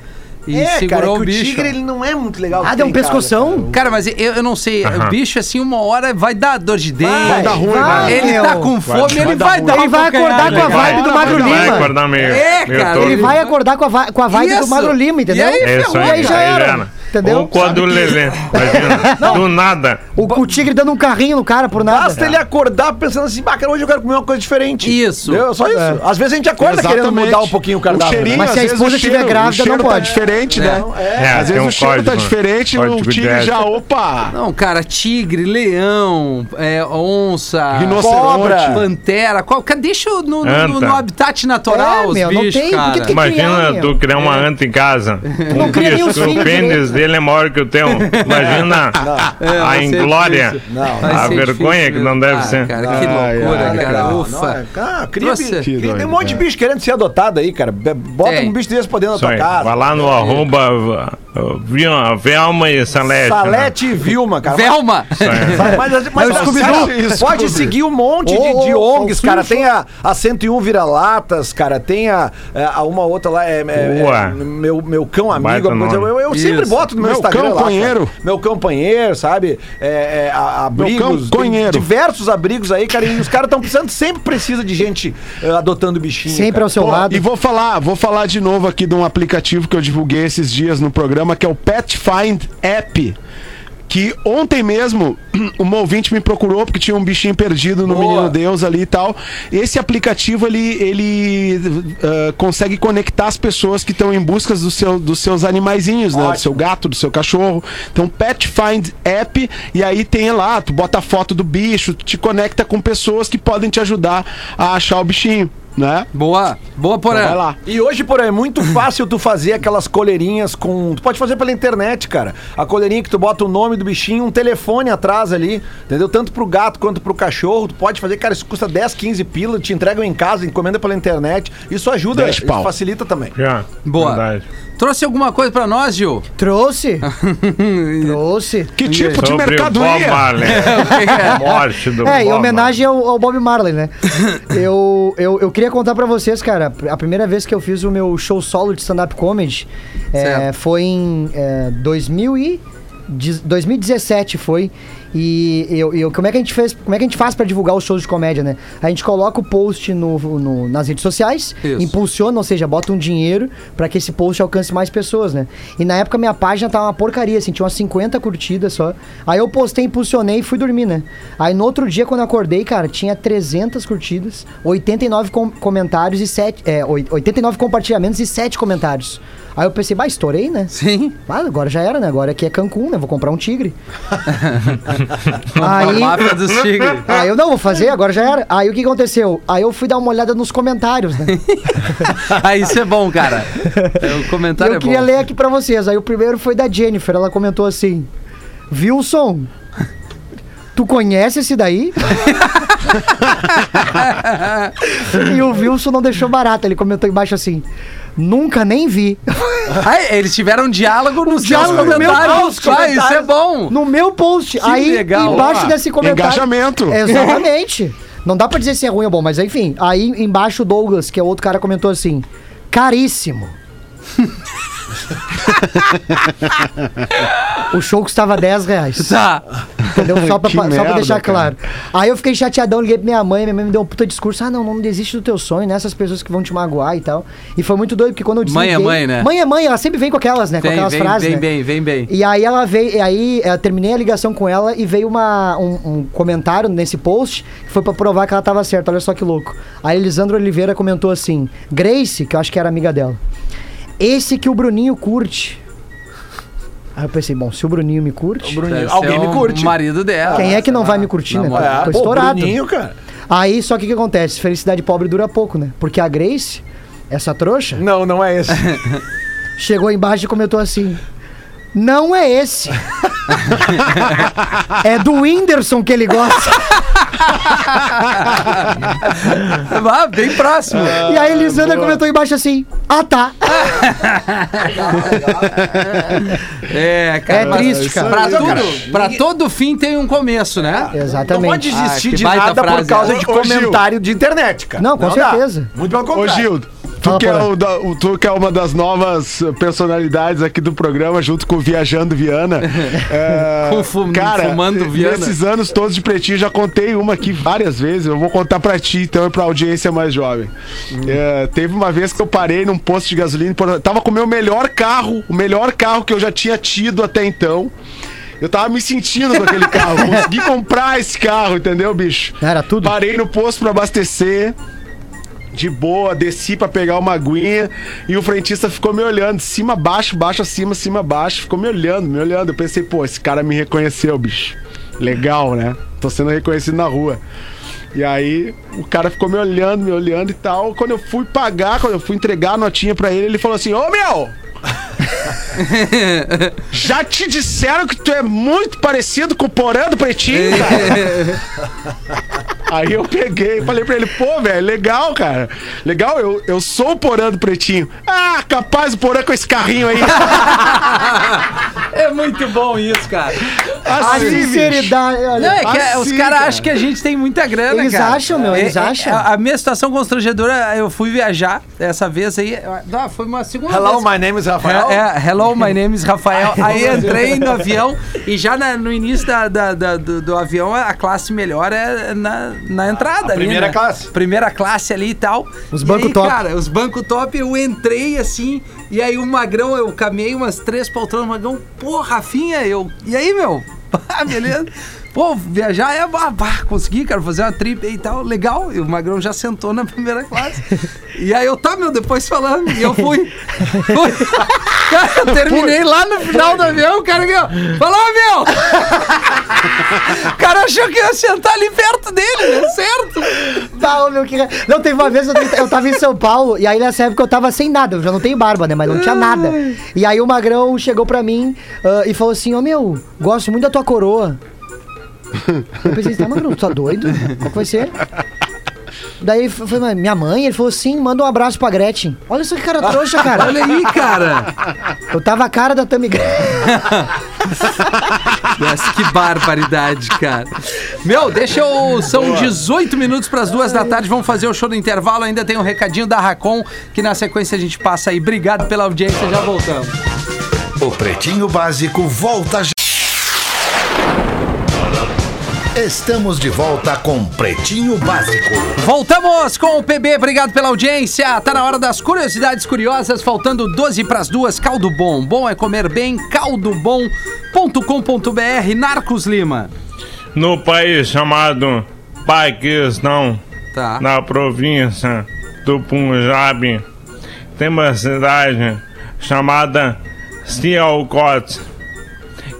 Speaker 3: e
Speaker 5: é,
Speaker 3: segurou
Speaker 5: cara, é que
Speaker 3: o bicho.
Speaker 5: tigre ele não é muito legal.
Speaker 6: Ah,
Speaker 5: que
Speaker 6: deu um
Speaker 5: tem, cara.
Speaker 6: pescoção?
Speaker 3: Cara, mas eu, eu não sei,
Speaker 7: Aham.
Speaker 3: o bicho assim, uma hora vai dar dor de dente.
Speaker 5: Vai dar ruim,
Speaker 6: vai.
Speaker 3: Ele tá com fome, ele vai, dar um
Speaker 6: Ele
Speaker 3: uma
Speaker 6: vai
Speaker 3: bocanhada,
Speaker 6: acordar Tá com a
Speaker 3: cara.
Speaker 6: vibe do Magro
Speaker 7: Vai
Speaker 6: Lima.
Speaker 7: acordar meio.
Speaker 3: É,
Speaker 7: meio
Speaker 3: cara,
Speaker 7: torto.
Speaker 6: Ele vai acordar com a, vi- com a vibe do
Speaker 3: Isso.
Speaker 6: Magro Lima, entendeu?
Speaker 3: E aí,
Speaker 7: É isso
Speaker 3: ferrou,
Speaker 7: aí,
Speaker 6: aí já era, entendeu?
Speaker 7: Ou quando o Lelê, imagina, do nada.
Speaker 6: O, o tigre dando um carrinho no cara por nada.
Speaker 5: Basta Ah, ele acordar pensando assim, bacana, hoje eu quero comer uma coisa diferente.
Speaker 3: Isso.
Speaker 5: Entendeu? Só isso. Às vezes a gente acorda querendo
Speaker 4: Exatamente.
Speaker 5: mudar um pouquinho o cardápio.
Speaker 4: cheirinho,
Speaker 5: né?
Speaker 6: Mas se
Speaker 4: às
Speaker 6: a
Speaker 4: vezes,
Speaker 6: esposa
Speaker 4: o
Speaker 6: estiver
Speaker 4: cheiro-
Speaker 6: grávida,
Speaker 4: o cheiro
Speaker 6: não
Speaker 4: tá
Speaker 6: pode.
Speaker 4: diferente, né?
Speaker 7: É,
Speaker 4: Às
Speaker 7: tem
Speaker 4: vezes
Speaker 7: um
Speaker 4: o cheiro tá
Speaker 7: código, né?
Speaker 4: diferente, o
Speaker 7: Código
Speaker 4: tigre
Speaker 7: de
Speaker 4: já, opa!
Speaker 3: Não, cara, tigre, leão, é, onça,
Speaker 4: Rinoceronte.
Speaker 3: pantera, qual, cara, deixa eu no, no- no-
Speaker 7: Anta.
Speaker 3: no habitat natural
Speaker 6: É,
Speaker 3: os
Speaker 6: meu, não
Speaker 3: bichos,
Speaker 6: tem,
Speaker 3: cara.
Speaker 6: porque tem- criar,
Speaker 7: Imagina
Speaker 6: meu.
Speaker 7: tu criar uma anta em casa.
Speaker 6: não
Speaker 7: Um
Speaker 6: cria nem os
Speaker 7: bicho,
Speaker 6: filhos
Speaker 7: o pênis
Speaker 6: direito.
Speaker 7: dele é maior que o teu. Imagina
Speaker 3: É, vai
Speaker 7: a
Speaker 3: ser
Speaker 7: inglória,
Speaker 3: difícil. Não, vai
Speaker 7: a
Speaker 3: ser
Speaker 7: vergonha
Speaker 3: difícil
Speaker 7: que não
Speaker 3: mesmo.
Speaker 7: deve
Speaker 3: Ah,
Speaker 7: ser.
Speaker 3: Cara, que
Speaker 4: Ai,
Speaker 3: loucura,
Speaker 5: Ah,
Speaker 3: cara.
Speaker 5: legal.
Speaker 3: Ufa.
Speaker 5: Não, é- Ah, cria,
Speaker 3: Trouxe-
Speaker 5: bi- cria-
Speaker 4: Que
Speaker 5: tem um
Speaker 4: doido,
Speaker 5: monte de bicho querendo ser adotado aí, cara. Be- Bota
Speaker 3: Tem.
Speaker 5: um bicho desse pra dentro da
Speaker 7: Isso
Speaker 5: tua
Speaker 7: aí.
Speaker 5: casa.
Speaker 7: Vai lá no arroba uh, Vilma- Velma e Salete. né?
Speaker 5: Salete e Vilma, cara.
Speaker 3: Velma!
Speaker 5: Vai, Mas, mas, mas
Speaker 4: Scooby-Doo.
Speaker 5: É. pode seguir um monte de, de
Speaker 6: Ô, ô,
Speaker 5: ONGs,
Speaker 6: ô,
Speaker 5: cara.
Speaker 6: Sushi.
Speaker 5: Tem a, a 101 Vira-Latas, cara. Tem a, a uma outra lá. É, é- é-
Speaker 7: Boa.
Speaker 5: meu, meu cão amigo.
Speaker 7: Baita
Speaker 5: alguma coisa.
Speaker 7: nome.
Speaker 5: Eu, eu sempre
Speaker 3: Isso.
Speaker 5: boto no meu,
Speaker 4: Meu
Speaker 5: Instagram.
Speaker 4: cão
Speaker 5: lá, cara.
Speaker 4: companheiro.
Speaker 5: Meu cão companheiro, sabe? É, é, a- abrigos.
Speaker 4: cão
Speaker 5: tem
Speaker 4: companheiro.
Speaker 5: diversos abrigos aí, cara. E os caras estão precisando, sempre precisa de gente eh, adotando bichinho.
Speaker 6: Sempre
Speaker 5: cara.
Speaker 6: ao seu
Speaker 4: Pô,
Speaker 6: lado.
Speaker 4: E vou falar, vou falar de novo aqui de um aplicativo que eu divulguei esses dias no programa, que é o Pet Find App. Que ontem mesmo uma ouvinte me procurou porque tinha um bichinho perdido no
Speaker 5: Boa.
Speaker 4: Menino Deus ali e tal. Esse aplicativo ele, ele ah, consegue conectar as pessoas que estão em busca do seu, dos seus animaizinhos, né? Do seu gato, do seu cachorro. Então, Pet Find App, e aí tem lá, tu bota a foto do bicho, te conecta com pessoas que podem te ajudar a achar o bichinho, né?
Speaker 3: Boa, boa, Porã.
Speaker 4: Então Vai lá.
Speaker 5: E hoje, porém, é muito fácil tu fazer aquelas coleirinhas com. Tu pode fazer pela internet, cara. A coleirinha que tu bota o nome do bichinho, um telefone atrás ali, entendeu? Tanto pro gato quanto pro cachorro. Tu pode fazer, cara, isso custa 10, 15 pila, te entregam em casa, encomenda pela internet. Isso ajuda,
Speaker 4: 10
Speaker 5: isso
Speaker 4: pau.
Speaker 5: facilita também.
Speaker 7: Já,
Speaker 3: Boa.
Speaker 7: verdade.
Speaker 3: Trouxe alguma coisa pra nós, Gil?
Speaker 6: Trouxe? Trouxe.
Speaker 4: Que tipo de
Speaker 7: Sobre o Bob
Speaker 4: mercadoria?
Speaker 7: Marley. A morte do
Speaker 6: É, em
Speaker 7: Bob
Speaker 6: homenagem ao, ao Bob Marley, né? eu, eu, eu queria contar pra vocês, cara, a primeira vez que eu fiz o meu show solo de stand-up comedy é,
Speaker 3: Certo.
Speaker 6: foi em é, 2000 e de- 2017 foi. E eu, eu- como é que a gente fez? Como é que a gente faz pra divulgar os shows de comédia, né? A gente coloca o post no, no- nas redes sociais,
Speaker 3: Isso.
Speaker 6: impulsiona, ou seja, bota um dinheiro pra que esse post alcance mais pessoas, né? E na época minha página tava uma porcaria, assim, tinha umas 50 curtidas só. Aí eu postei, impulsionei e fui dormir, né? Aí no outro dia, quando eu acordei, cara, tinha 300 curtidas, 89 com- comentários e 7. É, oi- 89 compartilhamentos e 7 comentários. Aí eu pensei, bah, estourei, né?
Speaker 3: Sim.
Speaker 6: Ah, agora já era, né? Agora aqui é Cancún, né? Vou comprar um tigre.
Speaker 3: A
Speaker 6: aí,
Speaker 3: máfia dos tigres.
Speaker 6: aí eu não vou fazer, agora já era. Aí o que aconteceu? Aí eu fui dar uma olhada nos comentários, né?
Speaker 3: Aí isso é bom, cara. O
Speaker 6: E
Speaker 3: comentário
Speaker 6: eu
Speaker 3: é
Speaker 6: queria
Speaker 3: bom.
Speaker 6: ler aqui pra vocês. Aí o primeiro foi da Jennifer. Ela comentou assim: Wilson, tu conhece esse daí? e o Wilson não deixou barato. Ele comentou embaixo assim: Nunca nem vi.
Speaker 3: Aí, eles tiveram um diálogo nos
Speaker 6: diálogo
Speaker 3: seus
Speaker 6: no meu
Speaker 3: comentários.
Speaker 6: post,
Speaker 3: Ah, isso é
Speaker 6: comentários.
Speaker 3: bom.
Speaker 6: No meu post. aí
Speaker 3: legal.
Speaker 6: embaixo
Speaker 3: Ó,
Speaker 6: desse comentário.
Speaker 4: Ah, engajamento.
Speaker 6: Exatamente. Não dá pra dizer se é ruim ou bom, mas enfim. Aí embaixo o Douglas, que é outro cara, comentou assim: caríssimo. o show custava 10 reais.
Speaker 3: Tá.
Speaker 6: Entendeu? Só pra,
Speaker 4: Que
Speaker 6: só pra
Speaker 4: merda,
Speaker 6: deixar
Speaker 4: cara.
Speaker 6: claro. Aí eu fiquei chateadão, liguei pra minha mãe, minha mãe me deu um puta discurso. Ah, não, não desiste do teu sonho, né? Essas pessoas que vão te magoar e tal. E foi muito doido, porque quando eu
Speaker 3: Mãe é
Speaker 6: desliguei-
Speaker 3: mãe, né?
Speaker 6: Mãe é mãe, ela sempre vem com aquelas, né? com
Speaker 3: Vem,
Speaker 6: aquelas
Speaker 3: vem,
Speaker 6: frases.
Speaker 3: vem
Speaker 6: né?
Speaker 3: bem, vem bem.
Speaker 6: E aí ela veio, e aí eu terminei a ligação com ela e veio uma, um, um comentário nesse post que foi pra provar que ela tava certa. Olha só que louco. A Elisandra Oliveira comentou assim: Grace, que eu acho que era amiga dela, esse que o Bruninho curte. Aí eu pensei, bom, se o Bruninho me curte,
Speaker 3: Deve ser
Speaker 5: Alguém me
Speaker 3: um
Speaker 5: curte.
Speaker 3: marido dela. Ah,
Speaker 6: quem é que não vai me curtir, né?
Speaker 3: namorado.
Speaker 6: Tô
Speaker 5: É, pô,
Speaker 6: estourado.
Speaker 5: Bruninho, cara.
Speaker 6: Aí só que o que acontece? Felicidade pobre dura pouco, né? Porque a Grace, essa trouxa,
Speaker 5: Não, não é esse.
Speaker 6: chegou embaixo e comentou assim: Não é esse. é do Whindersson que ele gosta. É.
Speaker 3: Ah, bem próximo.
Speaker 6: e a Elisandra comentou embaixo assim: Ah tá.
Speaker 3: É, cara.
Speaker 6: É triste, cara.
Speaker 3: Pra,
Speaker 5: Isso aí, cara.
Speaker 3: tudo, pra todo fim tem um começo, né?
Speaker 5: Não pode
Speaker 6: Exatamente.
Speaker 5: desistir
Speaker 3: Ah, que
Speaker 5: de
Speaker 3: baita
Speaker 5: nada
Speaker 3: frase,
Speaker 5: por
Speaker 6: é.
Speaker 5: causa
Speaker 3: né?
Speaker 5: de
Speaker 4: Ô, ô, Gil.
Speaker 5: comentário de internet, cara.
Speaker 6: Não, com
Speaker 5: dá.
Speaker 6: certeza.
Speaker 5: Muito pelo
Speaker 4: Ô,
Speaker 5: contrário.
Speaker 4: Gil, tu
Speaker 6: Fala,
Speaker 4: que, é
Speaker 6: Porã.
Speaker 4: o da- o- tu que é uma das novas personalidades aqui do programa, junto com o Viajando Viana. é,
Speaker 3: Com fum- fumando Viana.
Speaker 4: nesses anos todos de pretinho, já contei uma aqui várias vezes. Eu vou contar pra ti, então, e pra audiência mais jovem. É, teve uma vez que eu parei num posto de gasolina, por- tava com o meu melhor carro, o melhor carro que eu já tinha tido até então. Eu tava me sentindo com aquele carro. Consegui comprar esse carro, entendeu, bicho?
Speaker 6: Era tudo.
Speaker 4: Parei no posto pra abastecer. De boa, desci pra pegar uma aguinha e o frentista ficou me olhando, de cima, baixo, baixo, acima, cima, baixo, ficou me olhando, me olhando. Eu pensei, pô, esse cara me reconheceu, bicho. Legal, né? Tô sendo reconhecido na rua. E aí o cara ficou me olhando, me olhando e tal. Quando eu fui pagar, quando eu fui entregar a notinha pra ele, ele falou assim: Ô meu! Já te disseram que tu é muito parecido com o Porã do
Speaker 3: É.
Speaker 4: Pretinho, cara? Aí eu peguei e falei pra ele, pô, velho, legal, cara. Legal, eu, eu sou o Porã do Pretinho. Ah, capaz o Porã com esse carrinho aí.
Speaker 3: É muito bom isso, cara.
Speaker 6: A
Speaker 4: Assim, bicho.
Speaker 6: sinceridade.
Speaker 3: Não,
Speaker 6: Olha,
Speaker 3: é que
Speaker 4: Assim,
Speaker 3: os caras
Speaker 4: cara.
Speaker 3: acham que a gente tem muita grana,
Speaker 6: Eles
Speaker 3: cara.
Speaker 6: acham, meu, eles
Speaker 3: É, é,
Speaker 6: acham.
Speaker 3: A, a minha situação constrangedora, eu fui viajar essa vez aí. Ah, foi uma segunda
Speaker 5: Hello,
Speaker 3: vez.
Speaker 5: my name is Rafael.
Speaker 3: É, é, hello, my name is Rafael. Aí entrei no avião e já na- no início da- da- da- do, do avião a classe melhor é na, na entrada ali.
Speaker 5: primeira
Speaker 3: né?
Speaker 5: classe.
Speaker 3: Primeira classe ali e tal.
Speaker 6: Os
Speaker 3: E
Speaker 6: banco
Speaker 3: aí,
Speaker 6: top.
Speaker 3: Cara, os bancos top, eu entrei assim e aí o Magrão, eu caminhei umas três poltronas, o Magrão, pô, Rafinha, eu. E aí, meu? Ah, beleza. Pô, viajar é bah, bah, consegui, cara, fazer uma trip aí e tal, legal. E o Magrão já sentou na primeira classe. E aí eu, tá, meu, depois falando. E eu fui. Fui. Cara, eu terminei lá no final do avião, o cara que falou, meu! O cara achou que eu ia sentar ali perto dele, deu certo?
Speaker 6: Tá, ô, meu, que... Não, teve uma vez eu, eu tava em São Paulo e aí nessa época eu tava sem nada, eu já não tenho barba, né? Mas não tinha nada. E aí o Magrão chegou pra mim ah, e falou assim: Ô meu, gosto muito da tua coroa. Eu pensei, tá, Magrão, tu tá doido? Qual que vai ser? Daí ele falou, "Mas minha mãe, ele falou sim, manda um abraço pra Gretchen. Olha só que cara trouxa, cara.
Speaker 3: Olha aí, cara.
Speaker 6: Eu tava a cara da Tammy Gretchen.
Speaker 3: Nossa, que barbaridade, cara. Meu, deixa eu. São 18 minutos para as duas da tarde. Vamos fazer o show do intervalo. Ainda tem um recadinho da Racon, que na sequência a gente passa aí. Obrigado pela audiência, já voltamos.
Speaker 8: O Pretinho Básico volta já. Estamos de volta com Pretinho Básico.
Speaker 3: Voltamos com o PB, obrigado pela audiência. Tá na hora das curiosidades curiosas, faltando 12 pras duas. Caldo Bom. Bom é comer bem, caldobom.com.br, Narcos Lima.
Speaker 7: No país chamado Paquistão,
Speaker 3: Tá.
Speaker 7: na província do Punjab, tem uma cidade chamada Seal Cot,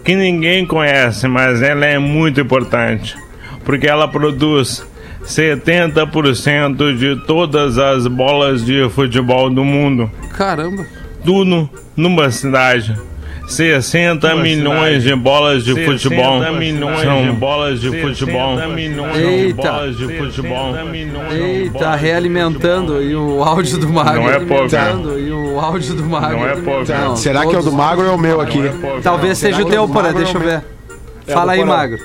Speaker 7: que ninguém conhece, mas ela é muito importante, porque ela produz 70% de todas as bolas de futebol do mundo
Speaker 3: Caramba.
Speaker 7: tudo numa cidade. 60 milhões de bolas de futebol. 60 milhões de bolas de futebol.
Speaker 3: Eita.
Speaker 7: bolas de futebol.
Speaker 3: Eita, realimentando e o áudio do Magro.
Speaker 7: Não é pouco.
Speaker 3: Realimentando e o áudio do Magro.
Speaker 7: Não é pouco.
Speaker 3: Não,
Speaker 4: Será que é o do
Speaker 3: todos-
Speaker 4: magro ou é o meu aqui?
Speaker 3: Talvez seja o teu, Porã, deixa eu ver. Fala aí, Magro.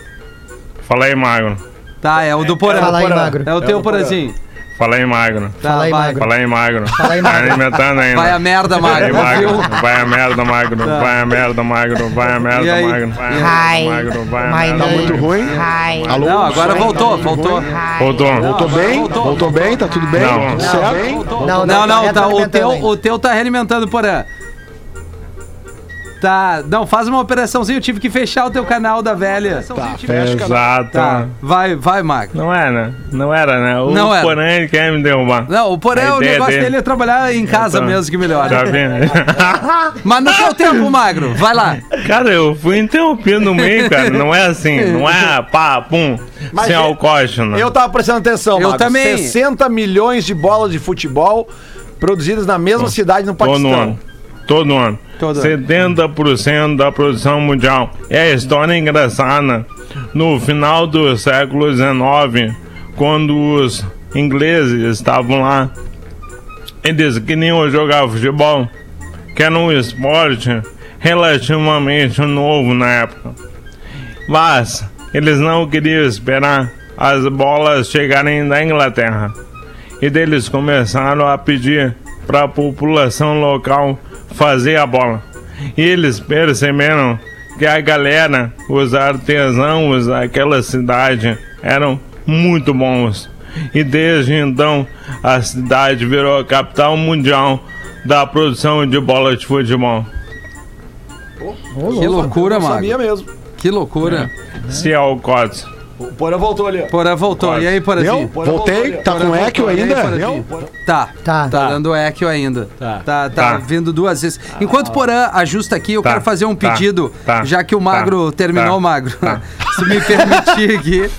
Speaker 7: Fala aí, Magro.
Speaker 3: Tá, é o do Porã.
Speaker 6: Fala aí, Magro.
Speaker 3: É o teu, Porãzinho.
Speaker 7: Fala aí, Magro.
Speaker 3: Tá,
Speaker 6: Fala aí,
Speaker 3: vai.
Speaker 6: Magro.
Speaker 7: Fala aí, Magro.
Speaker 6: Fala aí, Magro.
Speaker 7: Tá alimentando ainda.
Speaker 3: Vai a merda,
Speaker 7: Vai,
Speaker 3: Magro.
Speaker 7: Magro.
Speaker 3: Viu? Tá.
Speaker 7: Vai a merda, Magro. Vai a merda, Magro. Vai a
Speaker 3: E
Speaker 7: merda,
Speaker 3: aí?
Speaker 7: Magro.
Speaker 9: Hi.
Speaker 7: Magro. Vai a
Speaker 9: My
Speaker 7: merda,
Speaker 4: Tá muito
Speaker 7: Magro.
Speaker 4: ruim?
Speaker 9: Hi.
Speaker 4: Alô?
Speaker 3: Não, agora
Speaker 4: Tá muito
Speaker 3: voltou,
Speaker 4: ruim?
Speaker 3: voltou.
Speaker 9: Hi.
Speaker 4: Voltou
Speaker 7: Voltou.
Speaker 3: agora
Speaker 4: bem?
Speaker 3: voltou.
Speaker 4: Voltou bem? Tá tudo bem?
Speaker 7: Não.
Speaker 4: Tudo
Speaker 7: Não,
Speaker 4: certo?
Speaker 3: Não,
Speaker 6: tá
Speaker 3: não, não, tá, o,
Speaker 6: retroalimentando
Speaker 3: teu,
Speaker 6: ainda.
Speaker 3: o teu tá realimentando, Porã. Tá, não, faz uma operaçãozinha, eu tive que fechar o teu canal da velha.
Speaker 7: Exato.
Speaker 3: Tá, vai, vai, Magro.
Speaker 7: Não era, não era, né? O
Speaker 3: Não era.
Speaker 7: Porã ele quer me derrubar.
Speaker 3: Não, o Porã,
Speaker 7: A
Speaker 3: o
Speaker 7: ideia
Speaker 3: negócio
Speaker 7: dele-
Speaker 3: dele é trabalhar em casa
Speaker 7: Tá.
Speaker 3: mesmo que
Speaker 7: Tá Ah!
Speaker 3: melhora.
Speaker 7: vendo?
Speaker 3: Mas no teu tempo, Magro, vai lá.
Speaker 7: cara, eu fui interrompido no meio, cara. Não é assim, não é pá, pum, sem
Speaker 5: eu-
Speaker 7: alcoóxido, não.
Speaker 5: Eu tava prestando atenção,
Speaker 3: Eu
Speaker 5: Magro.
Speaker 3: também.
Speaker 5: 60 milhões de bolas de futebol produzidas na mesma cidade no
Speaker 7: Todo
Speaker 5: Paquistão.
Speaker 7: ano. Todo ano.
Speaker 3: Todo ano.
Speaker 7: 70% da produção mundial. É a história engraçada. No final do século XIX, quando os ingleses estavam lá, eles queriam jogar futebol, que era um esporte relativamente novo na época. Mas eles não queriam esperar as bolas chegarem da Inglaterra e deles começaram a pedir para a população local fazer a bola. E eles perceberam que a galera, os artesãos daquela cidade eram muito bons. E desde então a cidade virou a capital mundial da produção de bola de futebol.
Speaker 3: Que loucura,
Speaker 5: Sabia
Speaker 3: Magro.
Speaker 5: mesmo.
Speaker 3: Que loucura.
Speaker 7: Se é o Cotes.
Speaker 5: O Porã voltou ali, ó.
Speaker 3: Porã voltou.
Speaker 7: Quase.
Speaker 3: E aí,
Speaker 4: Eu?
Speaker 3: Porãzinho?
Speaker 4: Voltei? Tá com eco
Speaker 3: E aí,
Speaker 4: ainda?
Speaker 3: Porãzinho? Tá, tá.
Speaker 6: Tá.
Speaker 3: Tá dando eco ainda. Tá, tá,
Speaker 7: Tá. Ah.
Speaker 3: vindo duas vezes. Enquanto o Porã ajusta aqui, eu
Speaker 7: Tá.
Speaker 3: quero fazer um
Speaker 7: Tá.
Speaker 3: pedido,
Speaker 7: Tá.
Speaker 3: já que o
Speaker 7: Tá.
Speaker 3: Magro terminou,
Speaker 7: Tá.
Speaker 3: Magro. Se me permitir aqui.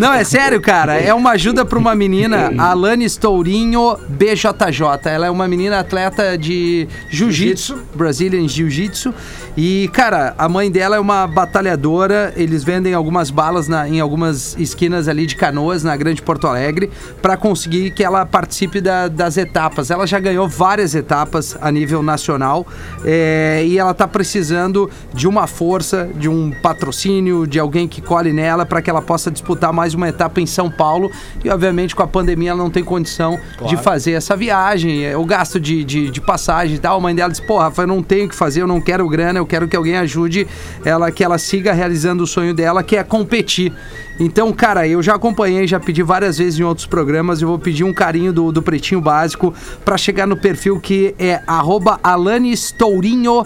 Speaker 3: Não, é sério, cara. É uma ajuda pra uma menina, a Alane Stourinho BJJ. Ela é uma menina atleta de jiu-jitsu, Brazilian Jiu-Jitsu. E, cara, a mãe dela é uma batalhadora. Eles vendem algumas balas na- em algumas esquinas ali de canoas, na Grande Porto Alegre, pra conseguir que ela participe da- das etapas. Ela já ganhou várias etapas a nível nacional é, e ela tá precisando de uma força, de um patrocínio, de alguém que colhe nela para que ela possa disputar mais uma etapa em São Paulo. E obviamente com a pandemia ela não tem condição de fazer essa viagem, é, o gasto de, de, de passagem e tal. A mãe dela disse: Pô, Rafa, eu não tenho o que fazer, eu não quero grana, eu quero que alguém ajude ela, que ela siga realizando o sonho dela, que é competir. Então, cara, eu já acompanhei, já pedi várias vezes em outros programas. Eu vou pedir um carinho do, do Pretinho Básico pra chegar no perfil que é arroba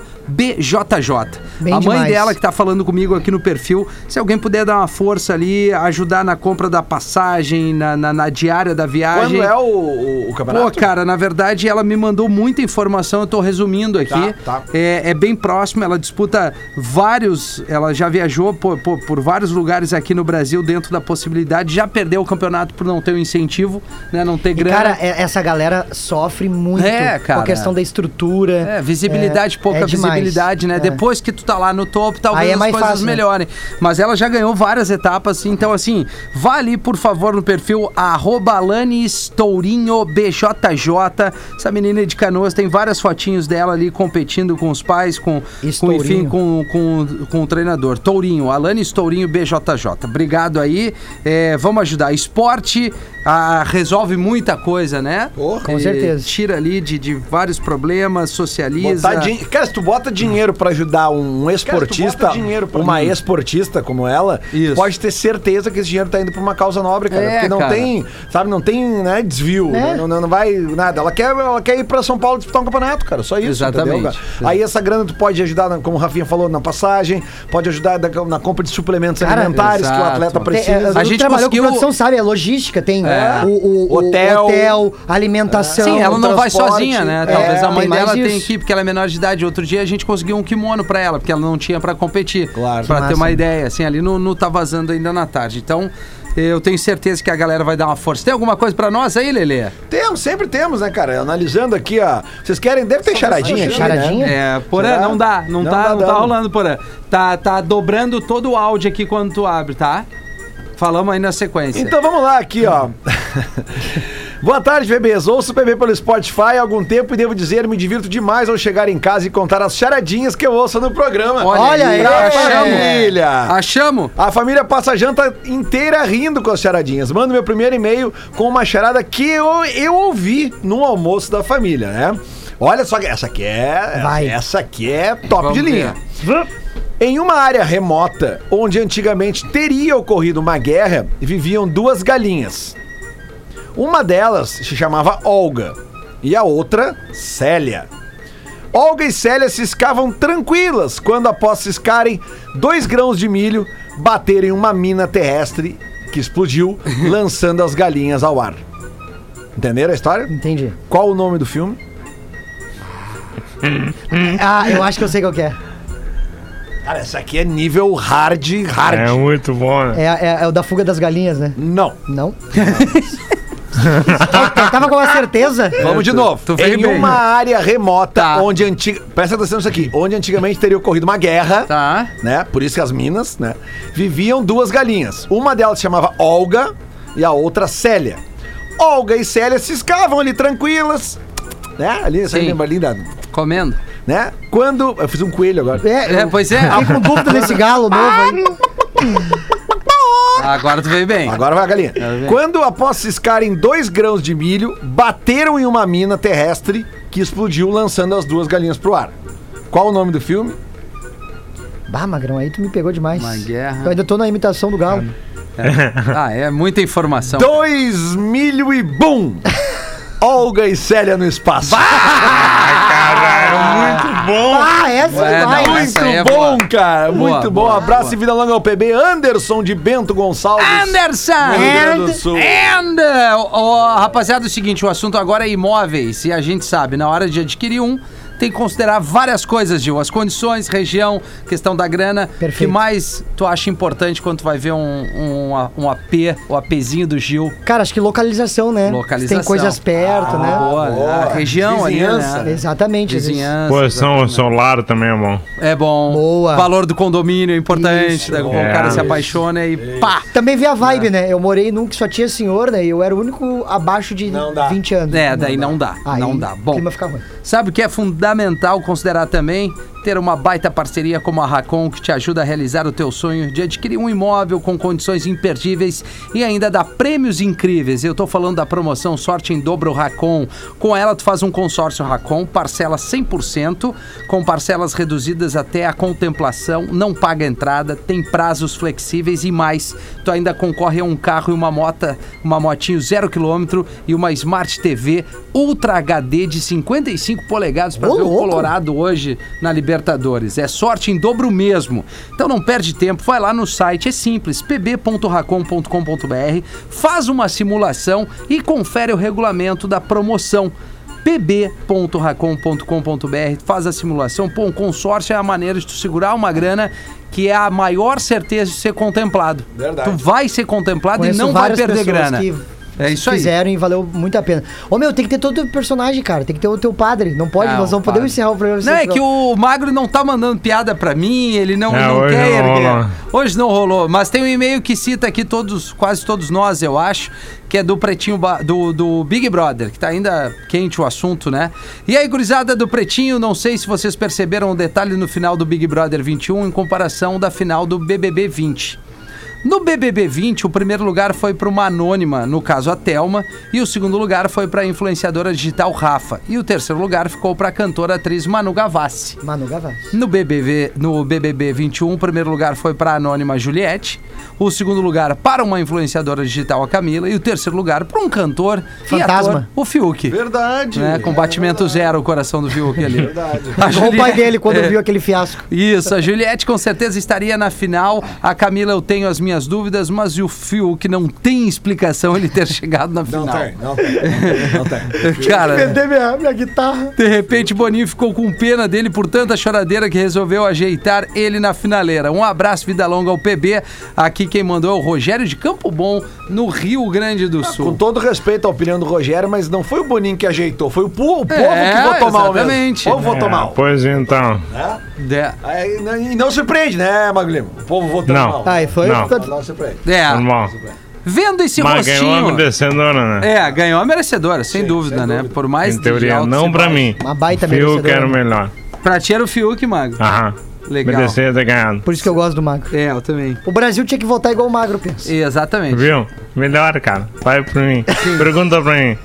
Speaker 3: alanestourinhobjj.
Speaker 6: Bem
Speaker 3: a mãe
Speaker 6: demais.
Speaker 3: dela que tá falando comigo aqui no perfil, se alguém puder dar uma força ali, ajudar na compra da passagem, na, na- na diária da
Speaker 5: Quando
Speaker 3: viagem.
Speaker 5: é o, o, o campeonato?
Speaker 3: Pô, cara, na verdade ela me mandou muita informação, eu tô resumindo aqui.
Speaker 5: Tá, tá.
Speaker 3: É, é bem próximo, ela disputa vários. Ela já viajou por, por- por vários lugares aqui no Brasil dentro da possibilidade, já perdeu o campeonato por não ter o incentivo, né? Não ter
Speaker 6: E,
Speaker 3: grana.
Speaker 6: cara, é- essa galera sofre muito
Speaker 3: É, cara.
Speaker 6: com a questão da estrutura.
Speaker 3: É, visibilidade,
Speaker 6: É-
Speaker 3: pouca
Speaker 6: é demais.
Speaker 3: visibilidade, né?
Speaker 6: É.
Speaker 3: Depois que tu tá lá no topo, talvez
Speaker 6: Aí é
Speaker 3: as
Speaker 6: mais
Speaker 3: coisas
Speaker 6: fácil, né?
Speaker 3: melhorem. Mas ela já ganhou várias etapas, então assim, vá ali, por favor, no perfil arroba Alane Estourinho BJJ. Essa menina de canoas tem várias fotinhos dela ali competindo com os pais, com, com
Speaker 6: Estourinho.
Speaker 3: enfim, com, com, com o treinador. Tourinho, Alane Estourinho BJJ. Obrigado aí. É, vamos ajudar. Esporte ah, resolve muita coisa, né?
Speaker 6: Com
Speaker 3: E
Speaker 6: certeza.
Speaker 3: Tira ali de, de vários problemas, socializa.
Speaker 5: Botar din- Cara, se tu bota bota dinheiro pra ajudar um esportista, uma esportista como ela,
Speaker 3: Isso.
Speaker 5: pode ter certeza que esse dinheiro tá indo pra uma causa nobre, cara.
Speaker 3: É,
Speaker 5: porque não
Speaker 3: cara.
Speaker 5: tem, sabe, não tem né, desvio,
Speaker 6: É.
Speaker 5: não, não, não vai nada. Ela quer, ela quer ir pra São Paulo disputar um campeonato, cara. Só isso,
Speaker 3: Exatamente.
Speaker 5: entendeu, cara? Aí essa grana tu pode ajudar, na- como o Rafinha falou, na passagem, pode ajudar na, na compra de suplementos
Speaker 6: Cara,
Speaker 5: alimentares que o
Speaker 3: exato.
Speaker 5: atleta
Speaker 6: Tem, é,
Speaker 5: precisa.
Speaker 3: A
Speaker 6: a
Speaker 3: gente
Speaker 6: gente trabalhou
Speaker 3: conseguiu- É.
Speaker 6: com produção, sabe? É logística, tem o, o- o-
Speaker 5: Hotel.
Speaker 6: hotel, alimentação.
Speaker 3: Sim, ela não vai
Speaker 5: transporte.
Speaker 3: sozinha, né?
Speaker 6: Então, É,
Speaker 3: Talvez a mãe
Speaker 6: tem mais
Speaker 3: dela tenha
Speaker 6: isso.
Speaker 3: que ir, porque ela é menor de idade. Outro dia a gente conseguiu um kimono pra ela, porque ela não tinha pra competir.
Speaker 5: Claro.
Speaker 3: Pra ter
Speaker 6: Massa,
Speaker 3: uma
Speaker 6: né?
Speaker 3: ideia, assim, ali no, no Tá Vazando ainda na tarde. Então, eu tenho certeza que a galera vai dar uma força. Tem alguma coisa pra nós aí, Lelê?
Speaker 5: Temos, sempre temos, né, cara? Analisando aqui, ó. Vocês querem, deve ter charadinha aqui, né?
Speaker 6: Charadinha?
Speaker 3: É, Porã,
Speaker 5: Será?
Speaker 3: não dá. Não,
Speaker 5: Não
Speaker 3: tá,
Speaker 5: tá
Speaker 3: não tá
Speaker 5: dando.
Speaker 3: rolando, Porã. Tá, tá dobrando todo o áudio aqui quando tu abre, tá? Falamos aí na sequência.
Speaker 5: Então vamos lá aqui, ó. Boa tarde, bebês. Ouço o bebê pelo Spotify há algum tempo e devo dizer, me divirto demais ao chegar em casa e contar as charadinhas que eu ouço no programa.
Speaker 6: Olha aí,
Speaker 5: pra
Speaker 3: achamos.
Speaker 5: família.
Speaker 3: Achamos?
Speaker 5: A família passa a janta inteira rindo com as charadinhas. Mando meu primeiro e-mail com uma charada que eu, eu ouvi no almoço da família, né? Olha só, essa aqui é.
Speaker 6: Vai.
Speaker 5: Essa aqui é top
Speaker 3: Vamos
Speaker 5: de linha.
Speaker 3: ver.
Speaker 5: Em uma área remota, onde antigamente teria ocorrido uma guerra, viviam duas galinhas. Uma delas se chamava Olga e a outra Célia. Olga e Célia ciscavam tranquilas quando, após ciscarem dois grãos de milho, baterem uma mina terrestre que explodiu, lançando as galinhas ao ar. Entenderam a história?
Speaker 6: Entendi.
Speaker 5: Qual o nome do filme?
Speaker 6: Ah, eu acho que eu sei qual que é.
Speaker 5: Cara, essa aqui é nível hard, hard.
Speaker 7: É muito bom, né?
Speaker 6: É, é- é o da fuga das galinhas, né?
Speaker 5: Não.
Speaker 6: Não. eu tava com uma certeza.
Speaker 5: Vamos de novo.
Speaker 3: tu veio
Speaker 5: em
Speaker 3: bem.
Speaker 5: uma área remota
Speaker 3: Tá.
Speaker 5: onde antiga. Presta atenção nisso aqui. Onde antigamente teria ocorrido uma guerra,
Speaker 3: Tá.
Speaker 5: né? Por isso que as minas, né? Viviam duas galinhas. Uma delas se chamava Olga e a outra Célia. Olga e Célia ciscavam ali tranquilas. Né? Ali, essa
Speaker 3: Sim.
Speaker 5: lembra linda,
Speaker 3: Comendo.
Speaker 5: né? Quando. Eu fiz um coelho agora.
Speaker 3: É,
Speaker 6: eu
Speaker 3: pois é.
Speaker 6: Fiquei com dúvida desse galo novo aí.
Speaker 3: Ah, Agora tu veio bem.
Speaker 5: Agora vai a galinha.
Speaker 3: É,
Speaker 5: Quando, após ciscarem dois grãos de milho, bateram em uma mina terrestre que explodiu, lançando as duas galinhas pro ar. Qual o nome do filme?
Speaker 6: Bah, Magrão, aí tu me pegou demais.
Speaker 3: Uma guerra.
Speaker 6: Eu ainda tô na imitação do galo.
Speaker 3: Ah, é muita informação.
Speaker 5: Dois milho e bum! Olga e Célia no espaço.
Speaker 7: É Muito bom!
Speaker 6: Ah, essa
Speaker 3: É,
Speaker 6: é, vai.
Speaker 3: não,
Speaker 5: Muito
Speaker 3: essa aí é
Speaker 5: Tá bom,
Speaker 3: boa.
Speaker 5: cara.
Speaker 3: Boa,
Speaker 5: Muito bom.
Speaker 3: boa,
Speaker 5: Abraço
Speaker 3: boa.
Speaker 5: e vida longa ao PB. Anderson de Bento Gonçalves.
Speaker 3: Anderson!
Speaker 5: Rio Grande do Sul.
Speaker 3: And, uh, ó, rapaziada, é o seguinte, o assunto agora é imóveis e a gente sabe, na hora de adquirir um, tem que considerar várias coisas, Gil. As condições, região, questão da grana. O que
Speaker 6: Perfeito.
Speaker 3: mais tu acha importante quando tu vai ver um, um, a- um AP, o APzinho do Gil?
Speaker 6: Cara, acho que localização, né?
Speaker 3: Localização. Ah,
Speaker 6: Tem coisas perto, né?
Speaker 3: Boa, A região
Speaker 5: Vizinhança.
Speaker 3: ali, né?
Speaker 6: Exatamente. às vezes.
Speaker 3: Vizinhança.
Speaker 7: Posição solar também é bom.
Speaker 3: É bom.
Speaker 6: Boa.
Speaker 3: Valor do condomínio é importante.
Speaker 6: Isso.
Speaker 3: daí o
Speaker 7: É.
Speaker 3: cara se apaixona e pá!
Speaker 6: Também vê a vibe, né? Eu morei num que só tinha senhor, né? E eu era o único abaixo de 20 anos.
Speaker 3: É, daí não dá.
Speaker 6: Aí
Speaker 3: não dá. Bom.
Speaker 6: O clima fica ruim.
Speaker 3: Sabe o que é fundamental considerar também? Ter uma baita parceria como a Racon, que te ajuda a realizar o teu sonho de adquirir um imóvel com condições imperdíveis e ainda dá prêmios incríveis. Eu tô falando da promoção Sorte em Dobro Racon. Com ela, tu faz um consórcio Racon, parcela 100%, com parcelas reduzidas até a contemplação, não paga entrada, tem prazos flexíveis e mais. Tu ainda concorre a um carro e uma mota, uma motinho zero quilômetro e uma Smart TV Ultra HD de 55 polegadas para
Speaker 6: Ô,
Speaker 3: ver o
Speaker 6: louco.
Speaker 3: Colorado hoje na Libertadores. É sorte em dobro mesmo. Então não perde tempo, vai lá no site, é simples, pb.racom.com.br, faz uma simulação e confere o regulamento da promoção pb.racom.com.br, faz a simulação, pô, um consórcio é a maneira de tu segurar uma grana que é a maior certeza de ser contemplado.
Speaker 5: Verdade.
Speaker 3: Tu vai ser contemplado
Speaker 6: Conheço
Speaker 3: e não vai
Speaker 6: várias
Speaker 3: perder
Speaker 6: pessoas
Speaker 3: grana.
Speaker 6: que
Speaker 3: É isso aí.
Speaker 6: Fizeram e valeu muito a pena. Ô meu, tem que ter todo o personagem, cara. Tem que ter o teu padre. Não pode,
Speaker 3: Ah,
Speaker 6: nós
Speaker 3: o
Speaker 6: não
Speaker 3: padre.
Speaker 6: podemos encerrar o programa.
Speaker 3: Não,
Speaker 6: sem
Speaker 3: é que o Magro não tá mandando piada pra mim, ele não,
Speaker 7: É,
Speaker 3: não
Speaker 7: hoje
Speaker 3: quer
Speaker 7: não
Speaker 3: erguer.
Speaker 7: rolou.
Speaker 3: Hoje não rolou, mas tem um e-mail que cita aqui todos, quase todos nós, eu acho, que é do Pretinho, Ba- do, do Big Brother, que tá ainda quente o assunto, né? E aí, gurizada do Pretinho, não sei se vocês um perceberam o detalhe no final do Big Brother 21 em comparação da final do BBB 20. No BBB 20, o primeiro lugar foi para uma anônima, no caso a Thelma, e o segundo lugar foi para a influenciadora digital Rafa. E o terceiro lugar ficou para a cantora atriz Manu Gavassi.
Speaker 6: Manu Gavassi.
Speaker 3: No BBB, no BBB 21, o um, primeiro lugar foi para a anônima Juliette, o segundo lugar para uma influenciadora digital, a Camila, e o terceiro lugar para um cantor e
Speaker 6: Fantasma.
Speaker 3: ator, o Fiuk.
Speaker 5: Verdade.
Speaker 3: Né, com batimento zero o coração do Fiuk ali. Verdade.
Speaker 6: Igual o pai dele quando
Speaker 3: É.
Speaker 6: viu aquele fiasco.
Speaker 3: Isso, a Juliette com certeza estaria na final. A Camila, eu tenho as minhas dúvidas, mas e o Fiuk não tem explicação ele ter chegado na final.
Speaker 5: não tem. Não tem.
Speaker 3: Cara,
Speaker 6: Vender minha, minha guitarra.
Speaker 3: de repente Boninho ficou com pena dele por tanta choradeira que resolveu ajeitar ele na finaleira. Um abraço, vida longa ao PB. Aqui quem mandou é o Rogério de Campo Bom, no Rio Grande
Speaker 6: Ah,
Speaker 3: do
Speaker 5: Com
Speaker 3: Sul.
Speaker 5: todo respeito à opinião do Rogério, mas não foi o Boninho que ajeitou, foi o, po- o povo
Speaker 3: É,
Speaker 5: que votou mal mesmo.
Speaker 3: exatamente.
Speaker 5: O povo votou
Speaker 7: É,
Speaker 5: mal.
Speaker 7: Pois então.
Speaker 3: É,
Speaker 5: Aí, não- e não surpreende, né, Maglimo? O povo votou
Speaker 7: Não.
Speaker 5: mal.
Speaker 6: Aí Ah, foi.
Speaker 7: Não.
Speaker 5: Não surpreende.
Speaker 3: é.
Speaker 7: Normal.
Speaker 3: Vendo esse
Speaker 7: Mas é ganhou a
Speaker 3: rostinho.
Speaker 7: merecedora, né?
Speaker 3: assim, É, ganhou a merecedora, sem dúvida, né? Por mais
Speaker 7: Em teoria,
Speaker 3: de
Speaker 7: não
Speaker 3: altos e
Speaker 7: pra
Speaker 3: baixos.
Speaker 7: mim.
Speaker 6: Uma baita
Speaker 7: Eu
Speaker 6: merecedora.
Speaker 7: quero melhor.
Speaker 3: Pra ti era o Fiuk, Mago.
Speaker 7: Aham. tá
Speaker 3: Legal.
Speaker 7: Merecia ter ganhado.
Speaker 6: Por isso que eu gosto do magro.
Speaker 3: É, eu também.
Speaker 6: O Brasil tinha que votar igual o magro,
Speaker 3: É.
Speaker 6: pensa.
Speaker 3: Exatamente.
Speaker 7: Viu? Melhor, cara. Vai pra mim. Pergunta pra mim.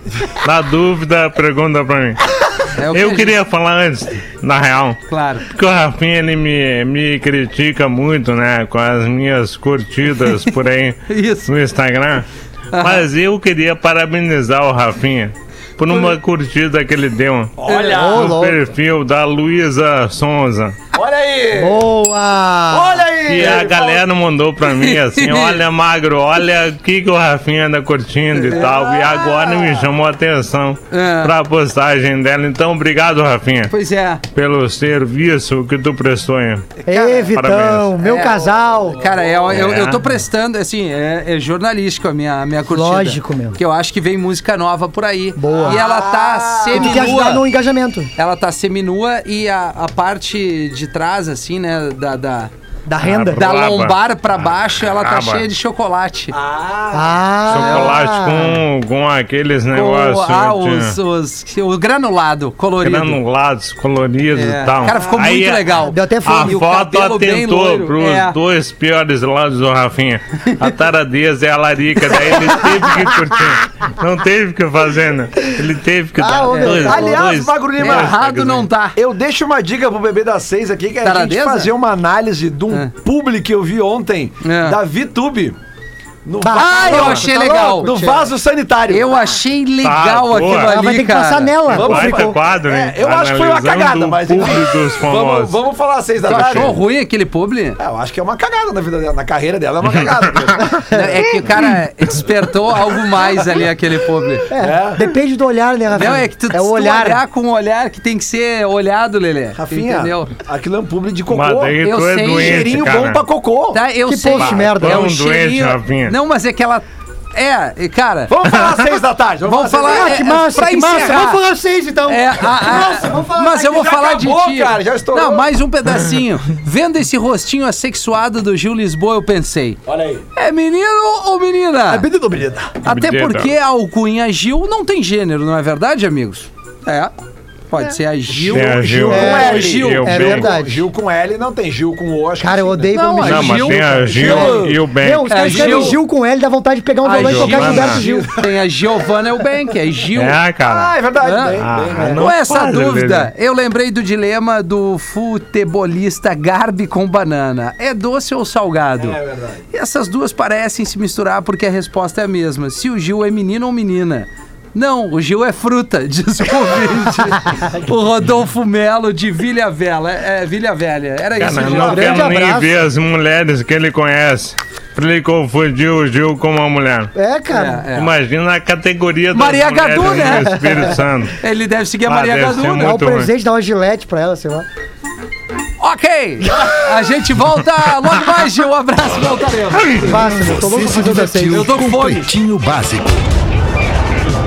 Speaker 7: Na dúvida, pergunta pra mim.
Speaker 3: É o que a
Speaker 7: Eu
Speaker 3: gente-
Speaker 7: queria falar antes, na real.
Speaker 3: Claro.
Speaker 7: Porque o Rafinha, ele me, me critica muito, né? Com as minhas curtidas por aí
Speaker 3: Isso.
Speaker 7: no Instagram. Mas eu queria parabenizar o Rafinha por uma curtida que ele deu
Speaker 3: É.
Speaker 5: Olha,
Speaker 6: Ô,
Speaker 7: no
Speaker 6: louco.
Speaker 7: perfil da Luísa Sonza.
Speaker 5: olha aí.
Speaker 6: Boa!
Speaker 5: Olha aí.
Speaker 7: E a
Speaker 5: É, Ele
Speaker 7: galera mandou pra mim assim, olha magro, olha o que, que o Rafinha anda curtindo e tal. E agora me chamou a atenção
Speaker 3: É.
Speaker 7: pra postagem dela. Então, obrigado, Rafinha,
Speaker 3: Pois é.
Speaker 7: pelo serviço que tu prestou aí.
Speaker 6: Ei, Vitão,
Speaker 7: parabéns.
Speaker 6: meu casal.
Speaker 3: Cara, é, eu, eu,
Speaker 7: É.
Speaker 3: eu tô prestando, assim, é, é jornalístico a minha, a minha curtida.
Speaker 6: Lógico, meu.
Speaker 3: Porque eu acho que vem música nova por aí.
Speaker 6: Boa.
Speaker 3: E ela tá
Speaker 6: Tem que ajudar no
Speaker 3: seminua.
Speaker 6: engajamento.
Speaker 3: Ela tá seminua e a, a parte de trás, assim, né, da... da...
Speaker 7: Ah,
Speaker 6: Da renda.
Speaker 3: da
Speaker 7: Braba.
Speaker 3: lombar pra baixo, ela tá
Speaker 7: Braba.
Speaker 3: cheia de chocolate.
Speaker 6: Ah!
Speaker 7: Chocolate com, com aqueles negócios
Speaker 3: ah,
Speaker 7: de
Speaker 3: os, os- o granulado colorido.
Speaker 7: granulados coloridos
Speaker 3: É.
Speaker 7: e tal.
Speaker 3: Cara, ficou
Speaker 7: Aí
Speaker 3: muito
Speaker 7: a-
Speaker 3: legal.
Speaker 6: Deu até
Speaker 7: A
Speaker 6: fome.
Speaker 3: E o
Speaker 7: foto
Speaker 3: cabelo bem
Speaker 7: atentou
Speaker 3: loiro,
Speaker 7: pros
Speaker 3: é.
Speaker 7: dois piores lados do Rafinha. A taradeza e a larica. Daí ele teve que curtir. Não teve o que fazer, né? Ele teve que
Speaker 5: Ah, ô, meu, aliás, Magro
Speaker 3: É,
Speaker 5: Lima,
Speaker 3: Errado não tá.
Speaker 5: Eu deixo uma dica pro bebê das seis aqui, que é a gente
Speaker 3: Taradeza?
Speaker 5: fazer uma análise de um
Speaker 3: Tá É.
Speaker 5: publi que eu vi ontem,
Speaker 3: É.
Speaker 5: da VTube. No tá
Speaker 3: Ah, eu achei legal.
Speaker 5: No vaso sanitário.
Speaker 3: Eu achei legal
Speaker 7: Ah, boa.
Speaker 3: aquilo
Speaker 7: Ela
Speaker 3: ali,
Speaker 6: Ela vai ter que
Speaker 3: cara.
Speaker 6: passar nela.
Speaker 5: Vamos
Speaker 7: Baita
Speaker 5: ficou-
Speaker 7: quadro,
Speaker 5: É,
Speaker 7: hein?
Speaker 5: eu acho que foi uma
Speaker 7: Analisando
Speaker 5: cagada,
Speaker 7: o
Speaker 5: mas-
Speaker 7: público dos
Speaker 5: vamos,
Speaker 7: famosos.
Speaker 5: vamos falar às seis da
Speaker 3: Tu
Speaker 5: tarde.
Speaker 3: achou ruim aquele publi?
Speaker 5: É, eu acho que é uma cagada na vida dela, na carreira dela é uma cagada. mesmo. né?
Speaker 3: É que o cara despertou algo mais ali, aquele publi.
Speaker 5: É.
Speaker 6: Depende do olhar, né, Rafael?
Speaker 3: Não, é que tu,
Speaker 6: é o
Speaker 3: se tu
Speaker 6: olhar.
Speaker 3: olhar com o olhar que tem que ser olhado, Lelê.
Speaker 5: Rafinha,
Speaker 3: Entendeu?
Speaker 5: aquilo é um publi de cocô.
Speaker 7: Mas daí
Speaker 3: Eu
Speaker 7: tu é
Speaker 3: sei,
Speaker 7: doente,
Speaker 5: Cheirinho bom
Speaker 7: cara.
Speaker 5: pra cocô.
Speaker 3: Tá, eu
Speaker 6: Que
Speaker 3: sei.
Speaker 6: post merda.
Speaker 3: É
Speaker 7: Tão
Speaker 3: um
Speaker 7: doente,
Speaker 3: cheirinho.
Speaker 7: Rafinha.
Speaker 3: Não, mas é que ela... É, e, cara...
Speaker 5: Vamos falar às seis da tarde.
Speaker 3: Vamos
Speaker 5: às seis
Speaker 3: falar...
Speaker 5: da
Speaker 3: é,
Speaker 5: tarde.
Speaker 3: é,
Speaker 6: Massa,
Speaker 3: pra
Speaker 6: que massa.
Speaker 3: encerrar.
Speaker 6: Vamos falar seis, então.
Speaker 3: É, a- a- mas eu vou
Speaker 5: já
Speaker 3: falar
Speaker 5: acabou,
Speaker 3: de ti.
Speaker 5: cara, já estourou.
Speaker 3: Não, mais um pedacinho. Vendo esse rostinho assexuado do Gil Lisboa, eu pensei:
Speaker 5: Olha aí.
Speaker 3: é menino ou menina?
Speaker 5: Menino, menina.
Speaker 3: Até
Speaker 7: Menina.
Speaker 3: porque a alcunha Gil não tem gênero, não é verdade, amigos? É. Pode ser a Gil.
Speaker 7: É, Gil.
Speaker 5: Gil com
Speaker 7: É,
Speaker 5: L.
Speaker 7: Gil.
Speaker 5: Gil.
Speaker 6: É
Speaker 7: bem.
Speaker 6: verdade.
Speaker 5: Gil com L não tem, Gil com O, acho que
Speaker 6: Cara, eu
Speaker 5: sim, né?
Speaker 6: odeio
Speaker 3: Não,
Speaker 6: quando me
Speaker 3: é
Speaker 7: Não,
Speaker 6: chamam.
Speaker 7: mas
Speaker 3: Gil,
Speaker 7: tem a
Speaker 3: cara.
Speaker 7: Gil e o Ben. Ah,
Speaker 6: Meu, os
Speaker 3: É,
Speaker 6: caras escrevem
Speaker 3: Gil. Ah,
Speaker 6: Gil com L, dá vontade de pegar um
Speaker 3: A
Speaker 6: violão e tocar
Speaker 7: Giovana.
Speaker 6: Gilberto Gil.
Speaker 3: Tem a Giovanna Eubank, é Gil.
Speaker 7: É,
Speaker 5: Ah, é
Speaker 7: cara.
Speaker 5: verdade.
Speaker 3: Ah,
Speaker 5: bem, bem,
Speaker 7: ah,
Speaker 5: bem.
Speaker 7: não
Speaker 3: Com essa
Speaker 7: faz,
Speaker 3: dúvida, eu lembrei do dilema do futebolista Garbi com banana. É doce ou salgado?
Speaker 5: É verdade.
Speaker 3: E essas duas parecem se misturar porque a resposta é a mesma. Se o Gil é menino ou menina. Não, o Gil é fruta, diz o ouvinte. o Rodolfo Melo de Vilha Velha. É, Vilha Velha. Era isso,
Speaker 7: Cara,
Speaker 3: Gil. Um
Speaker 7: não
Speaker 6: grande
Speaker 7: quero nem
Speaker 6: abraço.
Speaker 7: ver as mulheres que ele conhece. Pra ele confundir o Gil com uma mulher.
Speaker 6: É,
Speaker 3: É,
Speaker 6: cara.
Speaker 3: é.
Speaker 7: Imagina a categoria das
Speaker 3: Maria
Speaker 7: mulheres
Speaker 3: Gadu,
Speaker 7: no
Speaker 3: né?
Speaker 7: Espírito Santo.
Speaker 3: Ele deve seguir a
Speaker 7: Ah,
Speaker 3: Maria
Speaker 7: deve ser
Speaker 3: Gadu, né?
Speaker 6: Dá um
Speaker 7: muito ruim.
Speaker 6: presente, dá uma gilete pra ela, sei lá.
Speaker 3: Ok! A gente volta logo mais, Gil. Um abraço, voltaremos.
Speaker 6: Massa, meu, tô
Speaker 8: Você
Speaker 6: louco pra
Speaker 8: se
Speaker 6: fazer um
Speaker 8: divertiu
Speaker 6: desenho.
Speaker 3: Eu tô com
Speaker 8: com
Speaker 3: fome.
Speaker 8: Pretinho Básico.